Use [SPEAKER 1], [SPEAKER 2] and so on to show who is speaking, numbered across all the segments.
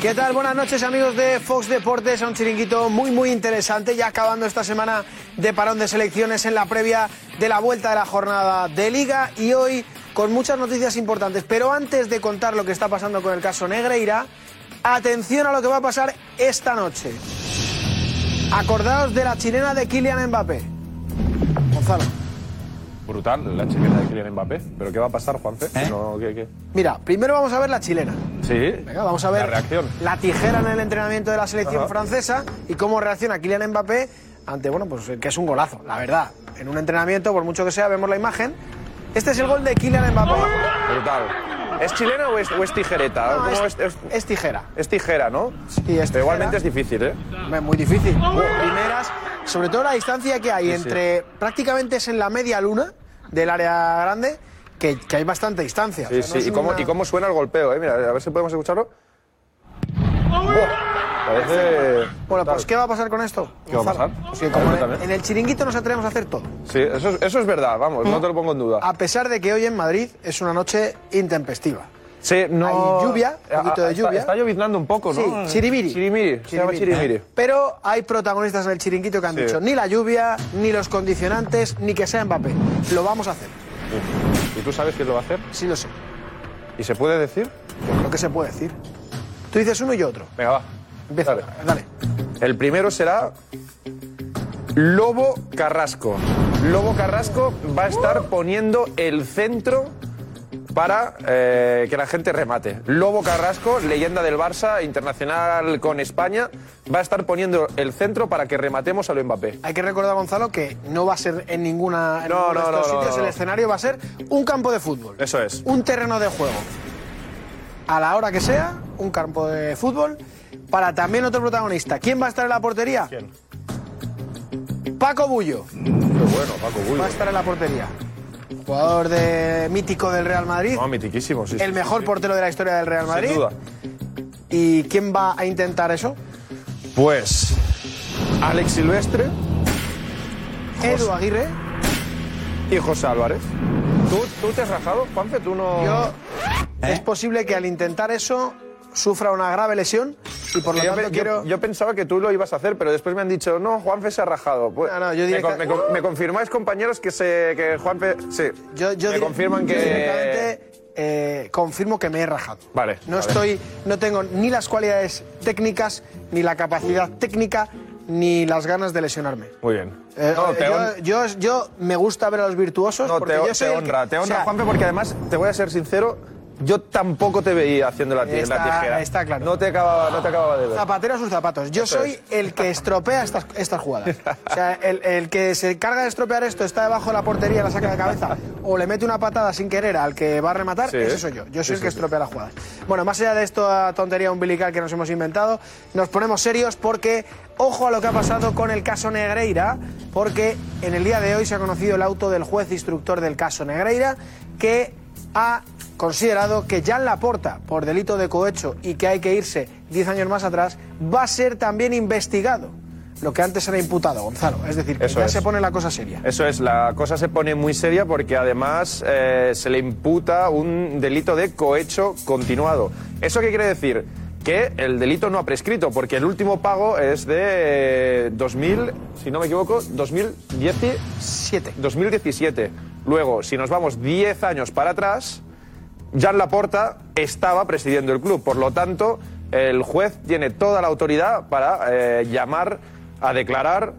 [SPEAKER 1] ¿Qué tal? Buenas noches amigos de Fox Deportes, un chiringuito muy muy interesante, ya acabando esta semana de parón de selecciones en la previa de la vuelta de la jornada de liga y hoy con muchas noticias importantes. Pero antes de contar lo que está pasando con el caso Negreira, atención a lo que va a pasar esta noche. Acordaos de la chilena de Kylian Mbappé. Gonzalo.
[SPEAKER 2] Brutal la chilena de Kylian Mbappé. ¿Pero qué va a pasar, Juanfe? No, ¿qué- qué?
[SPEAKER 1] Mira, primero vamos a ver la chilena.
[SPEAKER 2] Sí.
[SPEAKER 1] Venga, vamos a ver
[SPEAKER 2] La reacción.
[SPEAKER 1] la tijera en el entrenamiento de la selección
[SPEAKER 2] Ajá.
[SPEAKER 1] francesa y cómo reacciona Kylian Mbappé ante, bueno, pues que es un golazo, la verdad. En un entrenamiento, por mucho que sea, vemos la imagen. Este es el gol de Kylian Mbappé.
[SPEAKER 2] Brutal. ¿Es chilena o es, o es tijereta?
[SPEAKER 1] No,
[SPEAKER 2] ¿Cómo
[SPEAKER 1] es,
[SPEAKER 2] es, es-
[SPEAKER 1] es tijera.
[SPEAKER 2] es tijera, ¿no?
[SPEAKER 1] Sí, es tijera.
[SPEAKER 2] Pero igualmente es difícil, ¿eh?
[SPEAKER 1] Hombre, Muy difícil. Primeras, sobre todo la distancia que hay
[SPEAKER 2] Sí, sí.
[SPEAKER 1] entre, prácticamente es en la media luna del área grande, que, que hay bastante distancia. O
[SPEAKER 2] Sí,
[SPEAKER 1] sea, no
[SPEAKER 2] sí.
[SPEAKER 1] es
[SPEAKER 2] ¿Y, cómo,
[SPEAKER 1] una-
[SPEAKER 2] ¿Y cómo suena el golpeo, eh? Mira, a ver si podemos escucharlo. ¡Buah! Parece...
[SPEAKER 1] Bueno,
[SPEAKER 2] brutal.
[SPEAKER 1] pues ¿qué va a pasar con esto?
[SPEAKER 2] ¿Qué va a
[SPEAKER 1] Gonzalo?
[SPEAKER 2] pasar?
[SPEAKER 1] Pues que como
[SPEAKER 2] A ver,
[SPEAKER 1] en-
[SPEAKER 2] también.
[SPEAKER 1] en el chiringuito nos atrevemos a ¿Mm? Ah, hacer todo.
[SPEAKER 2] Sí, eso es, eso es verdad, vamos, no te lo pongo en duda.
[SPEAKER 1] A pesar de que hoy en Madrid es una noche intempestiva.
[SPEAKER 2] Sí, no...
[SPEAKER 1] hay lluvia, un poquito de
[SPEAKER 2] Ah, está-
[SPEAKER 1] lluvia.
[SPEAKER 2] Está, lloviznando un poco,
[SPEAKER 1] Sí,
[SPEAKER 2] ¿no?
[SPEAKER 1] chirimiri.
[SPEAKER 2] Chirimiri, se llama chirimiri.
[SPEAKER 1] Pero hay protagonistas en el chiringuito que han
[SPEAKER 2] Sí.
[SPEAKER 1] dicho ni la lluvia, ni los condicionantes, ni que sea Mbappé. Lo vamos a hacer.
[SPEAKER 2] ¿Y tú sabes quién lo va a hacer?
[SPEAKER 1] Sí lo sé.
[SPEAKER 2] ¿Y se puede decir?
[SPEAKER 1] Lo que se puede decir. Tú dices uno y yo otro.
[SPEAKER 2] Venga, va.
[SPEAKER 1] Empieza.
[SPEAKER 2] Dale.
[SPEAKER 1] Dale.
[SPEAKER 2] El primero será Lobo Carrasco. Lobo Carrasco va a
[SPEAKER 1] ¡Oh!
[SPEAKER 2] estar poniendo el centro para eh, que la gente remate. Lobo Carrasco, leyenda del Barça, internacional con España, va a estar poniendo el centro para que rematemos a lo Mbappé.
[SPEAKER 1] Hay que recordar, Gonzalo, que no va a ser en ninguna en
[SPEAKER 2] No,
[SPEAKER 1] ninguno de
[SPEAKER 2] no,
[SPEAKER 1] estos
[SPEAKER 2] no, no,
[SPEAKER 1] sitios.
[SPEAKER 2] no.
[SPEAKER 1] El escenario va a ser un campo de fútbol.
[SPEAKER 2] Eso es.
[SPEAKER 1] Un terreno de juego. A la hora que sea, un campo de fútbol. Para también otro protagonista. ¿Quién va a estar en la portería?
[SPEAKER 2] ¿Quién?
[SPEAKER 1] Paco Bullo
[SPEAKER 2] Qué bueno, Paco Bullo.
[SPEAKER 1] va a estar en la portería. Jugador de mítico del Real Madrid.
[SPEAKER 2] No, mitiquísimo, sí.
[SPEAKER 1] El
[SPEAKER 2] sí,
[SPEAKER 1] mejor
[SPEAKER 2] sí.
[SPEAKER 1] portero de la historia del Real Madrid.
[SPEAKER 2] Sin duda.
[SPEAKER 1] ¿Y quién va a intentar eso?
[SPEAKER 2] Pues Alex Silvestre
[SPEAKER 1] Edu Aguirre.
[SPEAKER 2] y José Álvarez. ¿Tú, tú te has rajado, Juanfe? ¿Tú no...?
[SPEAKER 1] Yo, Es posible que al intentar eso sufra una grave lesión y por lo
[SPEAKER 2] Yo,
[SPEAKER 1] tanto
[SPEAKER 2] pe-
[SPEAKER 1] quiero...
[SPEAKER 2] yo- yo pensaba que tú lo ibas a hacer, pero después me han dicho, no, Juanfe se ha rajado. Pues,
[SPEAKER 1] No, no, yo
[SPEAKER 2] me
[SPEAKER 1] directa-
[SPEAKER 2] con- me, con- me confirmáis, compañeros, que, se, que Juanfe... Sí,
[SPEAKER 1] Yo, yo
[SPEAKER 2] me
[SPEAKER 1] dire-
[SPEAKER 2] confirman
[SPEAKER 1] yo
[SPEAKER 2] que...
[SPEAKER 1] directamente, eh, confirmo que me he rajado.
[SPEAKER 2] Vale,
[SPEAKER 1] No
[SPEAKER 2] vale.
[SPEAKER 1] estoy, no tengo ni las cualidades técnicas, ni la capacidad técnica, ni las ganas de lesionarme.
[SPEAKER 2] Muy bien.
[SPEAKER 1] Eh,
[SPEAKER 2] no,
[SPEAKER 1] eh,
[SPEAKER 2] te,
[SPEAKER 1] yo,
[SPEAKER 2] hon-
[SPEAKER 1] yo, yo me gusta ver a los virtuosos
[SPEAKER 2] no,
[SPEAKER 1] porque
[SPEAKER 2] te-
[SPEAKER 1] yo soy
[SPEAKER 2] te
[SPEAKER 1] el que-
[SPEAKER 2] honra, te
[SPEAKER 1] o
[SPEAKER 2] honra,
[SPEAKER 1] sea,
[SPEAKER 2] Juanfe, porque además, te voy a ser sincero, yo tampoco te veía haciendo la, ti- la
[SPEAKER 1] Está-
[SPEAKER 2] tijera.
[SPEAKER 1] está claro.
[SPEAKER 2] No te acababa, no te acababa de ver.
[SPEAKER 1] Zapatero a sus zapatos. Yo
[SPEAKER 2] Eso
[SPEAKER 1] soy
[SPEAKER 2] es.
[SPEAKER 1] el que estropea estas, estas jugadas. O sea, el, el que se encarga de estropear esto está debajo de la portería, la saca de cabeza o le mete una patada sin querer al que va a rematar.
[SPEAKER 2] Sí,
[SPEAKER 1] Ese
[SPEAKER 2] ¿eh?
[SPEAKER 1] soy yo. Yo soy el que
[SPEAKER 2] Sí, sí, sí.
[SPEAKER 1] estropea las jugadas. Bueno, más allá de esta tontería umbilical que nos hemos inventado, nos ponemos serios porque ojo a lo que ha pasado con el caso Negreira, porque en el día de hoy se ha conocido el auto del juez instructor del caso Negreira que ha considerado que Jan Laporta, por delito de cohecho y que hay que irse 10 años más atrás, va a ser también investigado. Lo que antes era imputado, Gonzalo. Es decir, que
[SPEAKER 2] Eso
[SPEAKER 1] ya
[SPEAKER 2] es.
[SPEAKER 1] se pone la cosa seria.
[SPEAKER 2] Eso es, la cosa se pone muy seria porque además eh, se le imputa un delito de cohecho continuado. ¿Eso qué quiere decir? Que el delito no ha prescrito, porque el último pago es de eh, 2000, si no me equivoco, 2010,
[SPEAKER 1] 7.
[SPEAKER 2] 2017. Luego, si nos vamos 10 años para atrás, Jan Laporta estaba presidiendo el club. Por lo tanto, el juez tiene toda la autoridad para eh, llamar a declarar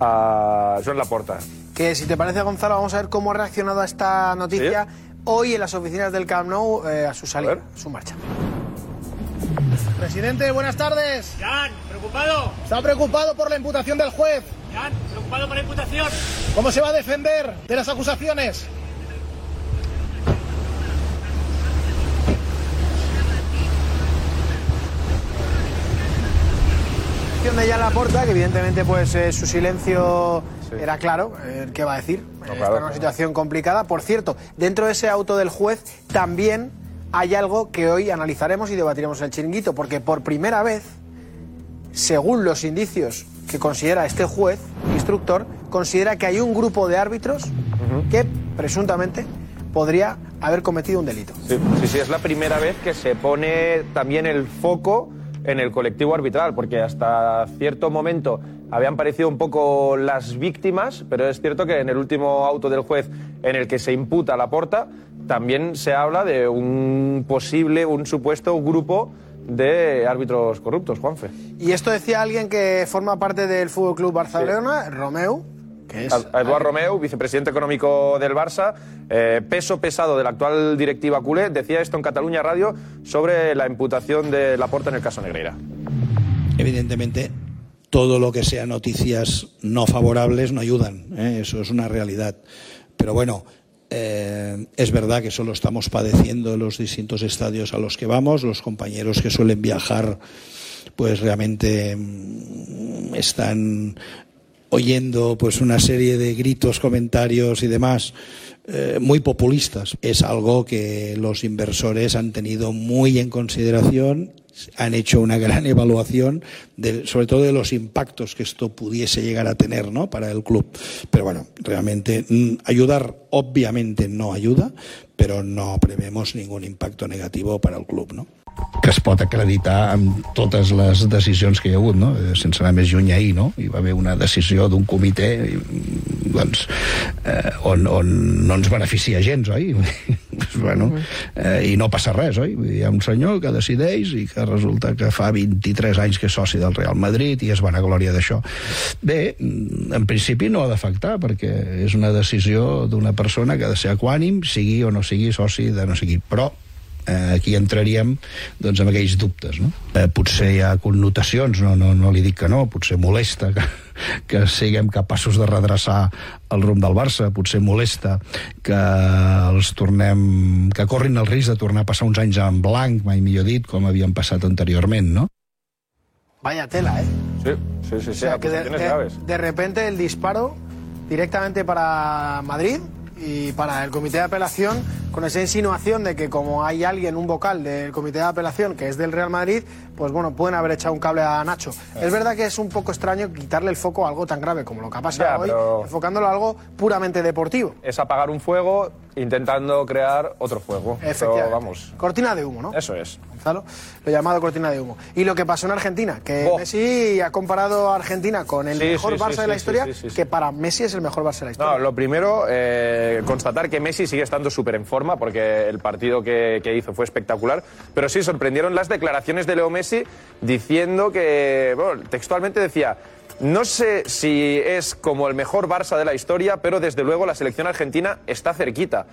[SPEAKER 2] a Joan Laporta.
[SPEAKER 1] Que si te parece, Gonzalo, vamos a ver cómo ha reaccionado a esta noticia hoy en las oficinas del Camp Nou eh, a su salida,
[SPEAKER 2] A ver.
[SPEAKER 1] a su marcha. Presidente, buenas tardes.
[SPEAKER 3] Jan, preocupado.
[SPEAKER 1] Está preocupado por la imputación del juez.
[SPEAKER 3] Jan, preocupado por la imputación.
[SPEAKER 1] ¿Cómo se va a defender de las acusaciones? declaración de Jan Laporta, que evidentemente pues eh, su silencio era claro, eh, ¿qué va a decir? Eh, Está en una situación complicada. Por cierto, dentro de ese auto del juez también hay algo que hoy analizaremos y debatiremos en el chiringuito, porque por primera vez, según los indicios que considera este juez, instructor, considera que hay un grupo de árbitros que presuntamente podría haber cometido un delito.
[SPEAKER 2] Sí, sí, sí, es la primera vez que se pone también el foco en el colectivo arbitral, porque hasta cierto momento habían parecido un poco las víctimas, pero es cierto que en el último auto del juez en el que se imputa la porta, también se habla de un posible, un supuesto grupo de árbitros corruptos, Juanfe.
[SPEAKER 1] Y esto decía alguien que forma parte del Fútbol Club Barcelona, Romeu. es?
[SPEAKER 2] A- a Eduard Romeu, vicepresidente económico del Barça, eh, peso pesado de la actual directiva culé, decía esto en Cataluña Radio sobre la imputación de Laporta en el caso Negreira.
[SPEAKER 4] Evidentemente, todo lo que sea noticias no favorables no ayudan, ¿eh? eso es una realidad. Pero bueno, eh, es verdad que solo estamos padeciendo en los distintos estadios a los que vamos, los compañeros que suelen viajar pues realmente mm, están oyendo pues una serie de gritos, comentarios y demás eh, muy populistas. Es algo que los inversores han tenido muy en consideración, han hecho una gran evaluación, de- sobre todo de los impactos que esto pudiese llegar a tener ¿no? para el club. Pero bueno, realmente mm, ayudar obviamente no ayuda, pero no prevemos ningún impacto negativo para el club. ¿no?
[SPEAKER 5] que es pot acreditar amb totes les decisions que hi ha hagut, no? Eh, sense anar més lluny ahir, no? hi va haver una decisió d'un comitè i, mm, doncs, eh, on, on no ens beneficia gens, oi? Pues, bueno, eh, I no passa res, oi? Vull dir, Hi ha un senyor que decideix i que resulta que fa 23 anys que és soci del Real Madrid i es van a glòria d'això. Bé, mm, en principi no ha d'afectar, perquè és una decisió d'una persona que ha de ser equànim, sigui o no sigui soci de no sé qui, però eh, aquí entraríem doncs, amb aquells dubtes. No? Eh, potser hi ha connotacions, no, no, no li dic que no, potser molesta que, que siguem capaços de redreçar el rumb del Barça, potser molesta que els tornem, que corrin el risc de tornar a passar uns anys en blanc, mai millor dit, com havien passat anteriorment, no?
[SPEAKER 1] Vaya tela, ¿eh?
[SPEAKER 2] Sí, sí, sí, sí.
[SPEAKER 1] O sea, que de,
[SPEAKER 2] acusaciones
[SPEAKER 1] de-
[SPEAKER 2] graves.
[SPEAKER 1] de repente el disparo directamente para Madrid y para el comité de apelación con esa insinuación de que como hay alguien, un vocal del comité de apelación que es del Real Madrid, pues bueno, pueden haber echado un cable a Nacho. Es verdad que es un poco extraño quitarle el foco a algo tan grave como lo que ha pasado
[SPEAKER 2] Ya,
[SPEAKER 1] hoy,
[SPEAKER 2] pero-
[SPEAKER 1] enfocándolo a algo puramente deportivo.
[SPEAKER 2] Es apagar un fuego intentando crear otro fuego. Pero,
[SPEAKER 1] Efectivamente.
[SPEAKER 2] vamos,
[SPEAKER 1] Cortina de humo, ¿no?
[SPEAKER 2] eso es.
[SPEAKER 1] Gonzalo, lo llamado cortina de humo. Y lo que pasó en Argentina, que
[SPEAKER 2] Oh.
[SPEAKER 1] Messi ha comparado a Argentina con el
[SPEAKER 2] Sí,
[SPEAKER 1] mejor
[SPEAKER 2] sí, sí,
[SPEAKER 1] Barça de
[SPEAKER 2] sí,
[SPEAKER 1] la
[SPEAKER 2] sí,
[SPEAKER 1] historia,
[SPEAKER 2] sí, sí, sí.
[SPEAKER 1] que para Messi es el mejor Barça de la historia.
[SPEAKER 2] No, lo primero, eh, constatar que Messi sigue estando súper en forma porque el partido que, que hizo fue espectacular. Pero sí, sorprendieron las declaraciones de Leo Messi diciendo que, bueno, textualmente decía, no sé si es como el mejor Barça de la historia, pero desde luego la selección argentina está cerquita.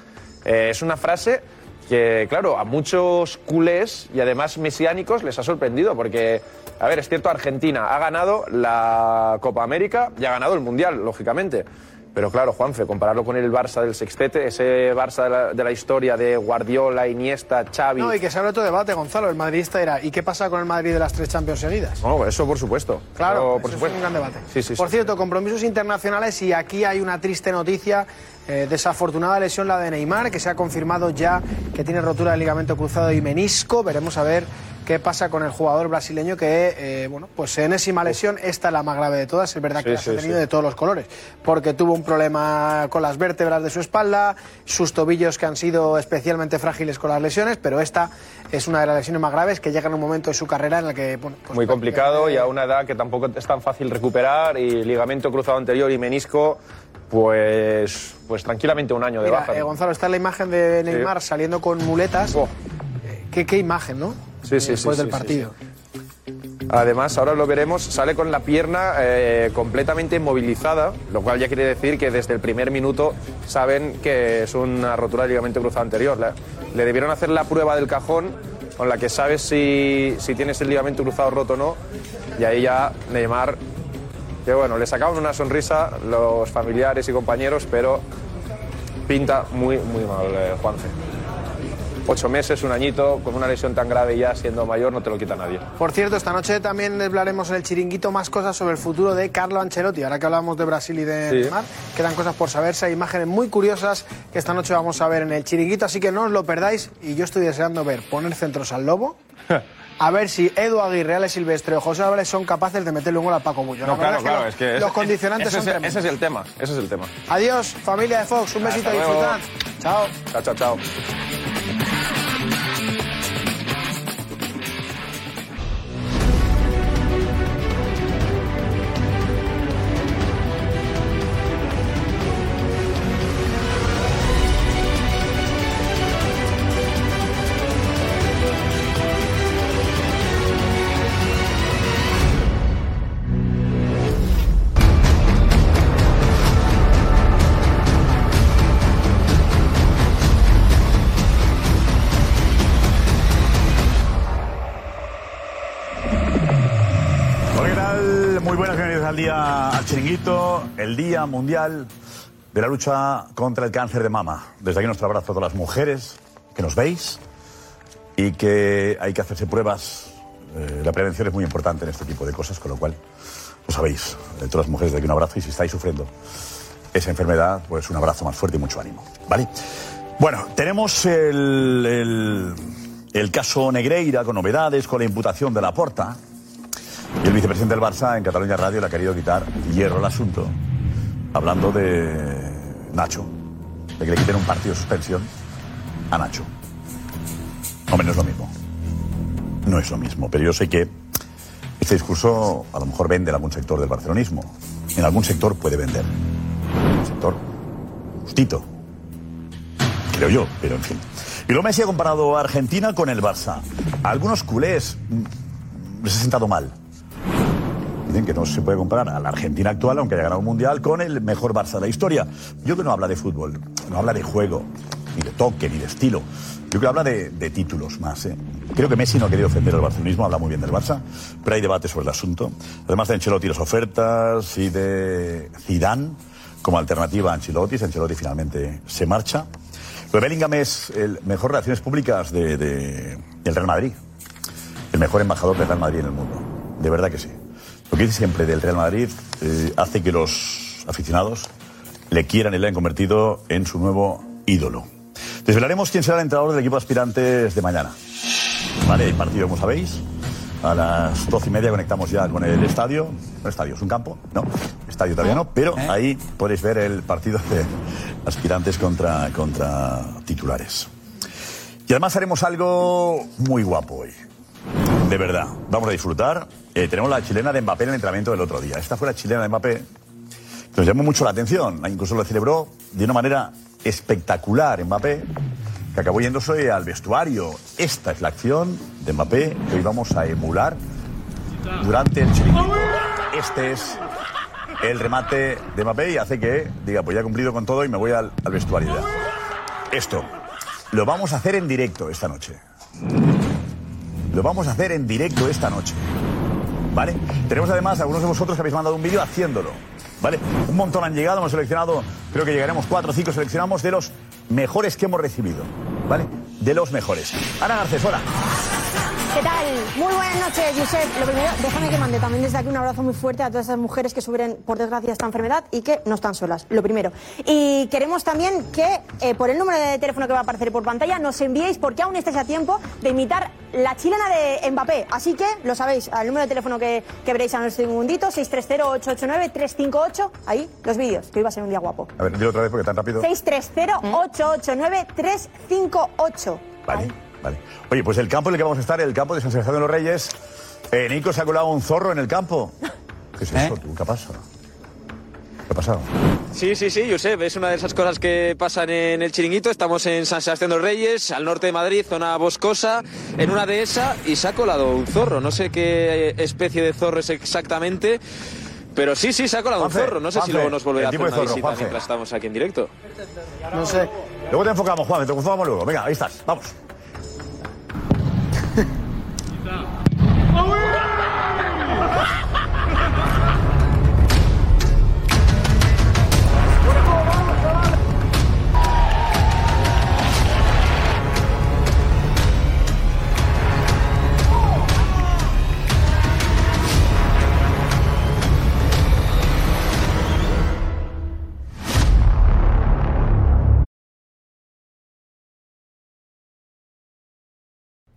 [SPEAKER 2] Eh, es una frase que, claro, a muchos culés y además mesiánicos les ha sorprendido porque, a ver, es cierto, Argentina ha ganado la Copa América y ha ganado el Mundial, lógicamente. Pero claro, Juanfe, compararlo con el Barça del sextete, ese Barça de la, de la historia de Guardiola, Iniesta, Xavi...
[SPEAKER 1] No, y que se abre otro debate, Gonzalo. El madridista era, ¿y qué pasa con el Madrid de las tres Champions seguidas?
[SPEAKER 2] No, eso por supuesto.
[SPEAKER 1] Claro,
[SPEAKER 2] Eso por
[SPEAKER 1] eso
[SPEAKER 2] supuesto.
[SPEAKER 1] es un gran debate.
[SPEAKER 2] Sí, sí, sí.
[SPEAKER 1] Por cierto, compromisos internacionales y aquí hay una triste noticia. eh, desafortunada lesión la de Neymar, que se ha confirmado ya que tiene rotura del ligamento cruzado y menisco. Veremos a ver qué pasa con el jugador brasileño que, eh, bueno, pues enésima lesión, esta es la más grave de todas. Es verdad que
[SPEAKER 2] Sí,
[SPEAKER 1] las ha
[SPEAKER 2] sí,
[SPEAKER 1] tenido
[SPEAKER 2] sí.
[SPEAKER 1] de todos los colores, porque tuvo un problema con las vértebras de su espalda, sus tobillos que han sido especialmente frágiles con las lesiones, pero esta es una de las lesiones más graves que llega en un momento de su carrera en el que, bueno, pues
[SPEAKER 2] Muy complicado y
[SPEAKER 1] prácticamente-
[SPEAKER 2] a una edad que tampoco es tan fácil recuperar y ligamento cruzado anterior y menisco, pues, pues tranquilamente un año de
[SPEAKER 1] Mira,
[SPEAKER 2] baja.
[SPEAKER 1] eh, Gonzalo, está la imagen de Neymar saliendo con muletas. Eh,
[SPEAKER 2] Oh.
[SPEAKER 1] Qué, qué imagen, ¿no? Eh,
[SPEAKER 2] Sí, sí,
[SPEAKER 1] Después
[SPEAKER 2] sí,
[SPEAKER 1] del
[SPEAKER 2] sí,
[SPEAKER 1] partido.
[SPEAKER 2] Además, ahora lo veremos, sale con la pierna eh, completamente inmovilizada, lo cual ya quiere decir que desde el primer minuto saben que es una rotura de ligamento cruzado anterior. La- le debieron hacer la prueba del cajón con la que sabes si, si tienes el ligamento cruzado roto o no, y ahí ya Neymar, que bueno, le sacaban una sonrisa los familiares y compañeros, pero pinta muy, muy mal, eh, Juanfe. ocho meses, un añito, con una lesión tan grave ya siendo mayor no te lo quita nadie.
[SPEAKER 1] Por cierto, esta noche también hablaremos en el chiringuito más cosas sobre el futuro de Carlo Ancelotti. Ahora que hablamos de Brasil y de
[SPEAKER 2] Sí.
[SPEAKER 1] Neymar, quedan cosas por saberse. Hay imágenes muy curiosas que esta noche vamos a ver en el chiringuito, así que no os lo perdáis. Y yo estoy deseando ver poner centros al lobo. A ver si Edu Aguirre, Ale Silvestre o José Álvarez son capaces de meterle un gol a Paco Bullo. La
[SPEAKER 2] No, claro,
[SPEAKER 1] verdad
[SPEAKER 2] claro, es que...
[SPEAKER 1] los,
[SPEAKER 2] es-
[SPEAKER 1] los condicionantes
[SPEAKER 2] ese
[SPEAKER 1] son
[SPEAKER 2] es, el-
[SPEAKER 1] tremendos.
[SPEAKER 2] Ese es el tema, ese es el tema.
[SPEAKER 1] Adiós, familia de Fox. Un besito,
[SPEAKER 2] Hasta luego.
[SPEAKER 1] disfrutad. Chao.
[SPEAKER 2] Chao, chao, chao.
[SPEAKER 6] Hola, ¿qué tal? Muy buenas, bienvenidos al día al chiringuito, el Día Mundial de la Lucha contra el Cáncer de Mama. Desde aquí nuestro abrazo a todas las mujeres que nos veis y que hay que hacerse pruebas. Eh, la prevención es muy importante en este tipo de cosas, con lo cual lo sabéis. Eh, todas las mujeres, desde aquí un abrazo y si estáis sufriendo esa enfermedad, pues un abrazo más fuerte y mucho ánimo. ¿Vale? Bueno, tenemos el, el, el caso Negreira con novedades, con la imputación de la porta. Y el vicepresidente del Barça en Cataluña Radio le ha querido quitar hierro al asunto, hablando de Nacho, de que le quiten un partido de suspensión a Nacho. Hombre, no es lo mismo. No es lo mismo, pero yo sé que este discurso a lo mejor vende en algún sector del barcelonismo. En algún sector puede vender. Un sector justito, creo yo, pero en fin. Y luego Messi ha comparado a Argentina con el Barça. A algunos culés mm, les ha sentado mal. Dicen que no se puede comparar a la Argentina actual, aunque haya ganado un mundial, con el mejor Barça de la historia. Yo creo que no habla de fútbol, no habla de juego, ni de toque, ni de estilo. Yo creo que habla de, de títulos más. ¿eh? Creo que Messi no ha querido ofender al barcelonismo, habla muy bien del Barça, pero hay debate sobre el asunto. Además de Ancelotti las ofertas y de Zidane como alternativa a Ancelotti. Si Ancelotti finalmente se marcha. Lo de Bellingham es el mejor relaciones públicas de- de- del Real Madrid el mejor embajador del Real Madrid en el mundo. De verdad que sí. Lo que dice siempre del Real Madrid eh, hace que los aficionados le quieran y le hayan convertido en su nuevo ídolo. Desvelaremos quién será el entrenador del equipo de aspirantes de mañana. Vale, hay partido, como sabéis. A las doce y media conectamos ya con el estadio. No estadio, es un campo. No, estadio todavía no. Pero ahí podéis ver el partido de aspirantes contra, contra titulares. Y además haremos algo muy guapo hoy. De verdad, vamos a disfrutar. Eh, tenemos la chilena de Mbappé en el entrenamiento del otro día. Esta fue la chilena de Mbappé. que Nos llamó mucho la atención. Incluso lo celebró de una manera espectacular Mbappé, que acabó yéndose al vestuario. Esta es la acción de Mbappé que hoy vamos a emular durante el chiringuito. Este es el remate de Mbappé y hace que diga, pues ya he cumplido con todo y me voy al, al vestuario ya. Esto lo vamos a hacer en directo esta noche. Lo vamos a hacer en directo esta noche. ¿Vale? Tenemos además algunos de vosotros que habéis mandado un vídeo haciéndolo. ¿Vale? Un montón han llegado, hemos seleccionado, creo que llegaremos cuatro o cinco, seleccionamos de los mejores que hemos recibido. ¿Vale? De los mejores. Ana Garcés, hola.
[SPEAKER 7] ¿Qué tal? Muy buenas noches, Josep. Lo primero, déjame que mande también desde aquí un abrazo muy fuerte a todas esas mujeres que sufren, por desgracia, esta enfermedad y que no están solas. Lo primero. Y queremos también que, eh, por el número de teléfono que va a aparecer por pantalla, nos enviéis, porque aún estáis a tiempo, de imitar la chilena de Mbappé. Así que, lo sabéis, al número de teléfono que, que veréis a nuestro segundito, 630-889-358. Ahí, los vídeos, que hoy va a ser un día guapo.
[SPEAKER 6] A ver, dilo otra vez porque tan rápido.
[SPEAKER 7] 630-889-358.
[SPEAKER 6] Vale, vale. Oye, pues el campo en el que vamos a estar, el campo de San Sebastián de los Reyes. Eh, Nico se ha colado un zorro en el campo. ¿Qué es
[SPEAKER 1] ¿Eh?
[SPEAKER 6] eso, tú? ¿Qué ha pasado? ¿Qué ha pasado?
[SPEAKER 8] Sí, sí, sí, Josep, es una de esas cosas que pasan en el chiringuito. Estamos en San Sebastián de los Reyes, al norte de Madrid, zona boscosa, en una dehesa y se ha colado un zorro. No sé qué especie de zorro es exactamente, pero sí, sí, se ha colado
[SPEAKER 6] Juanfe,
[SPEAKER 8] un zorro. No sé
[SPEAKER 6] Juanfe,
[SPEAKER 8] si luego nos
[SPEAKER 6] el
[SPEAKER 8] volverá a
[SPEAKER 6] tipo
[SPEAKER 8] hacer
[SPEAKER 6] de
[SPEAKER 8] una
[SPEAKER 6] zorro,
[SPEAKER 8] visita
[SPEAKER 6] Juanfe.
[SPEAKER 8] mientras estamos aquí en directo.
[SPEAKER 1] No sé.
[SPEAKER 6] Luego te enfocamos, Juan, te enfocamos luego. Venga, ahí estás, vamos.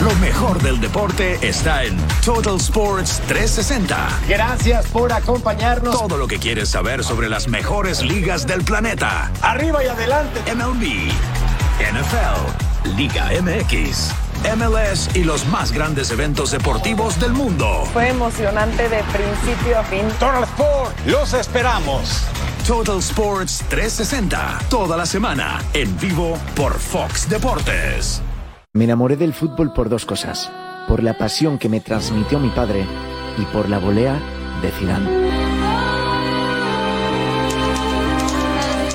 [SPEAKER 9] Lo mejor del deporte está en Total Sports 360.
[SPEAKER 1] Gracias por acompañarnos.
[SPEAKER 9] Todo lo que quieres saber sobre las mejores ligas del planeta.
[SPEAKER 1] Arriba y adelante.
[SPEAKER 9] MLB, NFL, Liga MX, MLS y los más grandes eventos deportivos del mundo.
[SPEAKER 10] Fue emocionante de principio a fin.
[SPEAKER 9] Total Sports, los esperamos. Total Sports 360, toda la semana, en vivo por Fox Deportes.
[SPEAKER 11] Me enamoré del fútbol por dos cosas, por la pasión que me transmitió mi padre y por la volea de Zidane.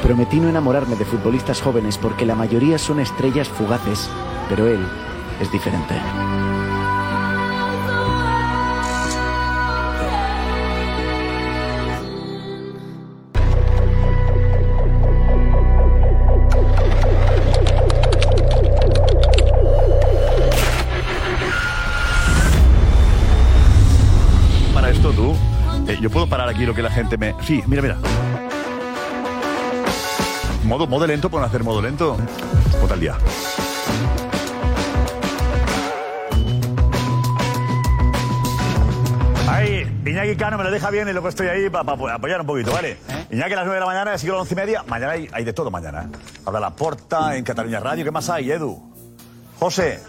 [SPEAKER 11] Prometí no enamorarme de futbolistas jóvenes porque la mayoría son estrellas fugaces, pero él es diferente.
[SPEAKER 6] Para esto tú, eh, yo puedo parar aquí lo que la gente me... Sí, mira, mira. Modo, modo lento, pueden hacer modo lento. O tal día. Ahí, Iñaki Cano me lo deja bien y luego estoy ahí para apoyar un poquito, ¿vale? Iñaki a las 9 de la mañana, sigue a las 11 y media. Mañana hay, hay de todo mañana. ¿eh? Habrá la porta en Cataluña Radio. ¿Qué más hay, Edu? José.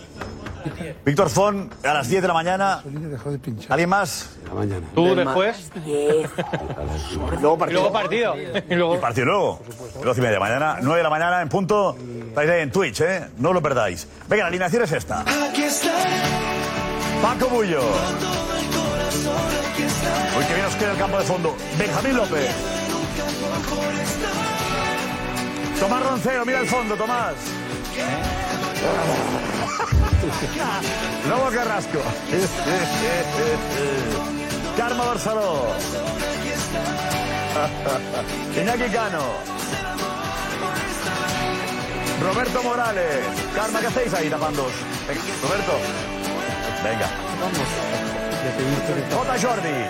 [SPEAKER 6] Víctor Fon, a las 10 de la mañana. ¿Alguien más?
[SPEAKER 3] ¿Tú después?
[SPEAKER 6] Luego
[SPEAKER 3] Y luego partido. Y luego...
[SPEAKER 6] Y partido luego. 12 y media de la mañana, 9 de la mañana en punto. Estáis ahí en Twitch, ¿eh? No lo perdáis. Venga, la alineación es esta. Paco Bullo. Uy, que bien os queda el campo de fondo. Benjamín López. Tomás Roncero, mira el fondo, Tomás. Lobo Carrasco. Carmo Barceló. Iñaki Cano. Roberto Morales. Carma, ¿qué hacéis ahí tapando? Venga, Roberto. Venga. Vamos. J. Jordi.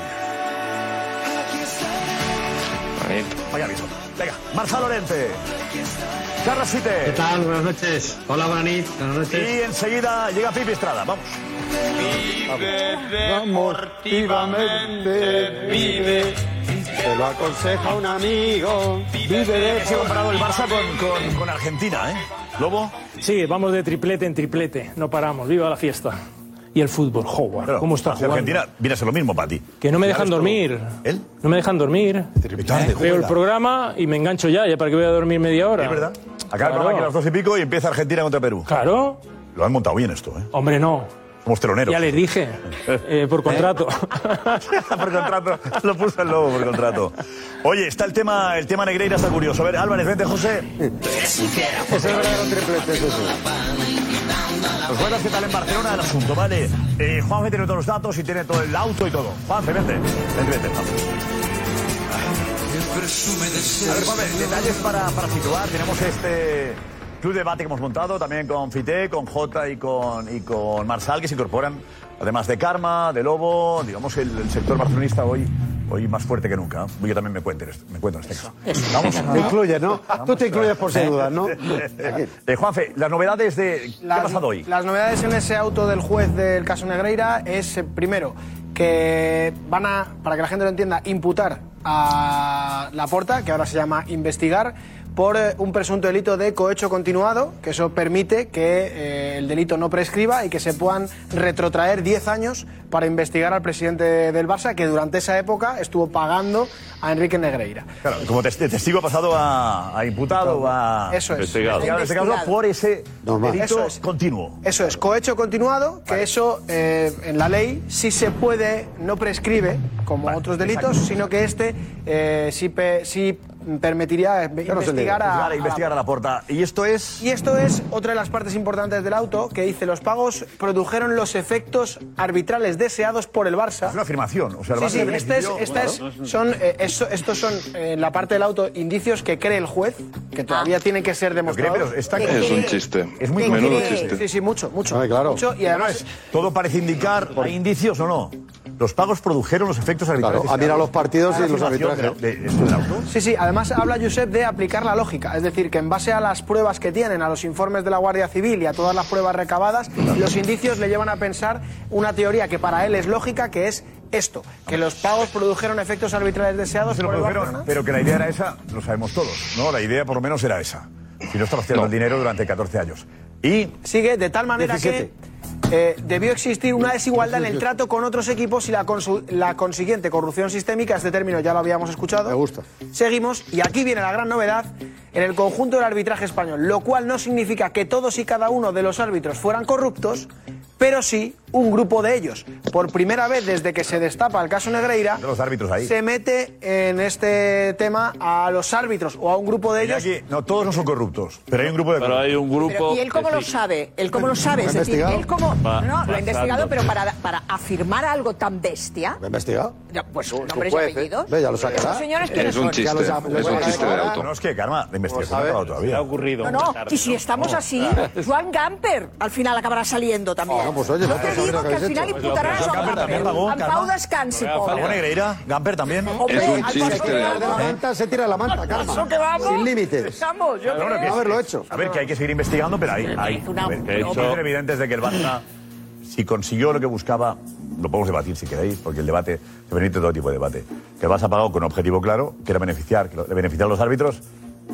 [SPEAKER 6] Vaya aviso. Venga, Marza Lorente. Carlos Site.
[SPEAKER 12] ¿Qué tal? Buenas noches. Hola, Bonanit. Buenas noches.
[SPEAKER 6] Y enseguida llega Pipi Estrada, vamos.
[SPEAKER 13] Vamos. Deportivamente vive, te lo aconseja un amigo. Vive de
[SPEAKER 6] Se ha comparado el Barça con, con- con Argentina, ¿eh? ¿Lobo?
[SPEAKER 14] Sí, vamos de triplete en triplete. No paramos. Viva la fiesta. Y el fútbol, Howard.
[SPEAKER 6] Claro,
[SPEAKER 14] ¿Cómo está
[SPEAKER 6] hacia
[SPEAKER 14] jugando?
[SPEAKER 6] Argentina viene a ser lo mismo para ti.
[SPEAKER 14] Que no me
[SPEAKER 6] Claro,
[SPEAKER 14] dejan
[SPEAKER 6] esto-
[SPEAKER 14] dormir.
[SPEAKER 6] ¿Él?
[SPEAKER 14] No me dejan dormir. Eh,
[SPEAKER 6] tarde,
[SPEAKER 14] Veo el
[SPEAKER 6] juega.
[SPEAKER 14] programa y me engancho ya, ya para que voy a dormir media hora.
[SPEAKER 6] Es verdad. Acaba el
[SPEAKER 14] Claro.
[SPEAKER 6] programa aquí a las dos y pico y empieza Argentina contra Perú.
[SPEAKER 14] Claro.
[SPEAKER 6] Lo han montado bien esto, ¿eh?
[SPEAKER 14] Hombre, no.
[SPEAKER 6] Somos teloneros.
[SPEAKER 14] Ya les dije. eh, por contrato.
[SPEAKER 6] por contrato. Lo puso el lobo por contrato. Oye, está el tema, el tema Negreira está curioso. A ver, Álvarez, vente, José.
[SPEAKER 13] Ese es verdadero triplete, eso sí.
[SPEAKER 6] Nos cuentas Pues qué tal en Barcelona el asunto, ¿vale? Eh, Juanfe tiene todos los datos y tiene todo el auto y todo. Juanfe, vente. Vente, vente. vamos. A ver, Juanfe, detalles para, para situar. Tenemos este club de debate que hemos montado también con Fite, con Jota y con, y con Marsal, que se incorporan, además de Karma, de Lobo, digamos, el, el sector barcelonista hoy... Hoy más fuerte que nunca. ¿eh? Yo también me cuento, me cuento en este caso. Vamos a-
[SPEAKER 13] Te incluyes, ¿no? Tú te incluyes por si dudas, ¿no?
[SPEAKER 6] Eh, Juanfe, las novedades de... ¿Qué ha pasado hoy?
[SPEAKER 1] Las novedades en ese auto del juez del caso Negreira es, eh, primero, que van a, para que la gente lo entienda, imputar a Laporta, que ahora se llama investigar, por eh, un presunto delito de cohecho continuado, que eso permite que eh, el delito no prescriba y que se puedan retrotraer 10 años para investigar al presidente del Barça, que durante esa época estuvo pagando a Enrique Negreira.
[SPEAKER 6] Claro, como tes- de testigo ha pasado a, a imputado, a
[SPEAKER 1] Eso es.
[SPEAKER 6] investigado.
[SPEAKER 1] Ah, Investigado.
[SPEAKER 6] en este caso, por ese
[SPEAKER 1] Normal.
[SPEAKER 6] delito
[SPEAKER 1] Eso es.
[SPEAKER 6] continuo.
[SPEAKER 1] Eso es, cohecho continuado, que eso eh, en la ley sí se puede, no prescribe como otros delitos, sino que este eh, sí, pe- sí permitiría eh,
[SPEAKER 6] Yo no sé el de-
[SPEAKER 1] investigar, a,
[SPEAKER 6] Vale, investigar a la puerta. Y esto es.
[SPEAKER 1] Y esto es otra de las partes importantes del auto que dice los pagos produjeron los efectos arbitrales deseados por el Barça.
[SPEAKER 6] Es una afirmación. O sea, el
[SPEAKER 1] Sí,
[SPEAKER 6] Barça
[SPEAKER 1] sí,
[SPEAKER 6] se
[SPEAKER 1] esta es-
[SPEAKER 6] benefició-
[SPEAKER 1] esta es-
[SPEAKER 6] Claro.
[SPEAKER 1] son, eh, eso- estos son eh, la parte del auto indicios que cree el juez, que todavía tienen que ser demostrados.
[SPEAKER 6] Ah. pero está-
[SPEAKER 1] Que
[SPEAKER 6] Es un
[SPEAKER 1] cree-
[SPEAKER 6] chiste. Es muy
[SPEAKER 1] que
[SPEAKER 6] menudo
[SPEAKER 1] cree-
[SPEAKER 6] chiste.
[SPEAKER 1] Sí, sí, mucho, mucho.
[SPEAKER 6] Ah, claro.
[SPEAKER 1] Mucho, y además,
[SPEAKER 6] Todo parece indicar, ¿hay indicios o no? Los pagos produjeron los efectos arbitrales.
[SPEAKER 13] Claro, ah, mira los partidos y
[SPEAKER 6] Cada
[SPEAKER 13] los
[SPEAKER 6] afirmación
[SPEAKER 13] arbitrajes.
[SPEAKER 6] de- de- esto del auto.
[SPEAKER 1] Sí, sí, además habla Josep de aplicar la lógica, es decir, que en base a las pruebas que tienen, a los informes de la Guardia Civil y a todas las pruebas recabadas, los indicios le llevan a pensar una teoría que para él es lógica, que es esto, que los pagos produjeron efectos arbitrales deseados por el
[SPEAKER 6] Pero,
[SPEAKER 1] Barcelona.
[SPEAKER 6] pero que la idea era esa, lo sabemos todos, ¿no? La idea por lo menos era esa. Si no estaba haciendo el dinero durante 14 años. Y
[SPEAKER 1] Sigue de tal manera
[SPEAKER 6] 17.
[SPEAKER 1] que eh, debió existir una desigualdad en el trato con otros equipos y la, consu- la consiguiente corrupción sistémica, este término ya lo habíamos escuchado. Me gusta. Seguimos, y aquí viene la gran novedad, en el conjunto del arbitraje español, lo cual no significa que todos y cada uno de los árbitros fueran corruptos, pero sí un grupo de ellos. Por primera vez desde que se destapa el caso Negreira,
[SPEAKER 6] de los árbitros ahí.
[SPEAKER 1] se mete en este tema a los árbitros o a un grupo de ellos.
[SPEAKER 6] No, todos no son corruptos, pero hay un grupo de
[SPEAKER 15] Pero hay un grupo...
[SPEAKER 16] Pero, ¿Y él cómo
[SPEAKER 15] que
[SPEAKER 16] lo
[SPEAKER 15] sí.
[SPEAKER 16] sabe? ¿Él cómo lo sabe?
[SPEAKER 15] ¿Lo ha
[SPEAKER 16] Es decir,
[SPEAKER 15] investigado?
[SPEAKER 16] él cómo... no,
[SPEAKER 15] Va-
[SPEAKER 16] no, lo ha
[SPEAKER 15] pasando.
[SPEAKER 16] investigado, pero para, para afirmar algo tan bestia...
[SPEAKER 13] ¿Me investigado?
[SPEAKER 16] Ya, Pues
[SPEAKER 13] su
[SPEAKER 16] nombres y
[SPEAKER 13] juez, ¿eh?
[SPEAKER 16] apellidos.
[SPEAKER 13] Ve, ya lo sacará.
[SPEAKER 16] Los señores
[SPEAKER 13] Es
[SPEAKER 16] quiénes
[SPEAKER 13] un
[SPEAKER 16] son?
[SPEAKER 13] chiste, Ya lo sabe, lo es un sabe. Pues chiste de auto.
[SPEAKER 6] No, es que, Karma, la investigación no ha
[SPEAKER 13] sabe,
[SPEAKER 6] acabado todavía.
[SPEAKER 13] se le ha ocurrido
[SPEAKER 16] No, no, y si estamos
[SPEAKER 6] Ah.
[SPEAKER 16] así, Joan Gamper al final acabará saliendo también.
[SPEAKER 6] Ah, pues oye,
[SPEAKER 16] no
[SPEAKER 6] no,
[SPEAKER 16] te
[SPEAKER 6] pues
[SPEAKER 16] digo
[SPEAKER 6] mira que
[SPEAKER 16] que al
[SPEAKER 6] habéis
[SPEAKER 16] final
[SPEAKER 6] hecho.
[SPEAKER 16] imputarán a
[SPEAKER 6] Pues
[SPEAKER 16] Joan
[SPEAKER 6] Gamper
[SPEAKER 16] Gamper.
[SPEAKER 6] también pagó,
[SPEAKER 16] Amb
[SPEAKER 6] calma.
[SPEAKER 16] Pau descansi,
[SPEAKER 6] Pagó
[SPEAKER 16] pobre.
[SPEAKER 6] Negreira, Gamper también.
[SPEAKER 16] Hombre, ¿eh?
[SPEAKER 13] al de la manta se tira la manta,
[SPEAKER 16] Eso
[SPEAKER 13] calma.
[SPEAKER 16] que vamos.
[SPEAKER 13] Sin límites.
[SPEAKER 16] Vamos, yo
[SPEAKER 6] Bueno, que
[SPEAKER 16] creo.
[SPEAKER 6] es- A ver, que hay que seguir investigando, pero hay, hay a ver,
[SPEAKER 16] broma.
[SPEAKER 6] hechos evidentes de que el Barça, si consiguió lo que buscaba, lo podemos debatir si queréis, porque el debate se permite todo tipo de debate. Que el Barça ha pagado con un objetivo claro, que era beneficiar, que lo- de beneficiar a los árbitros,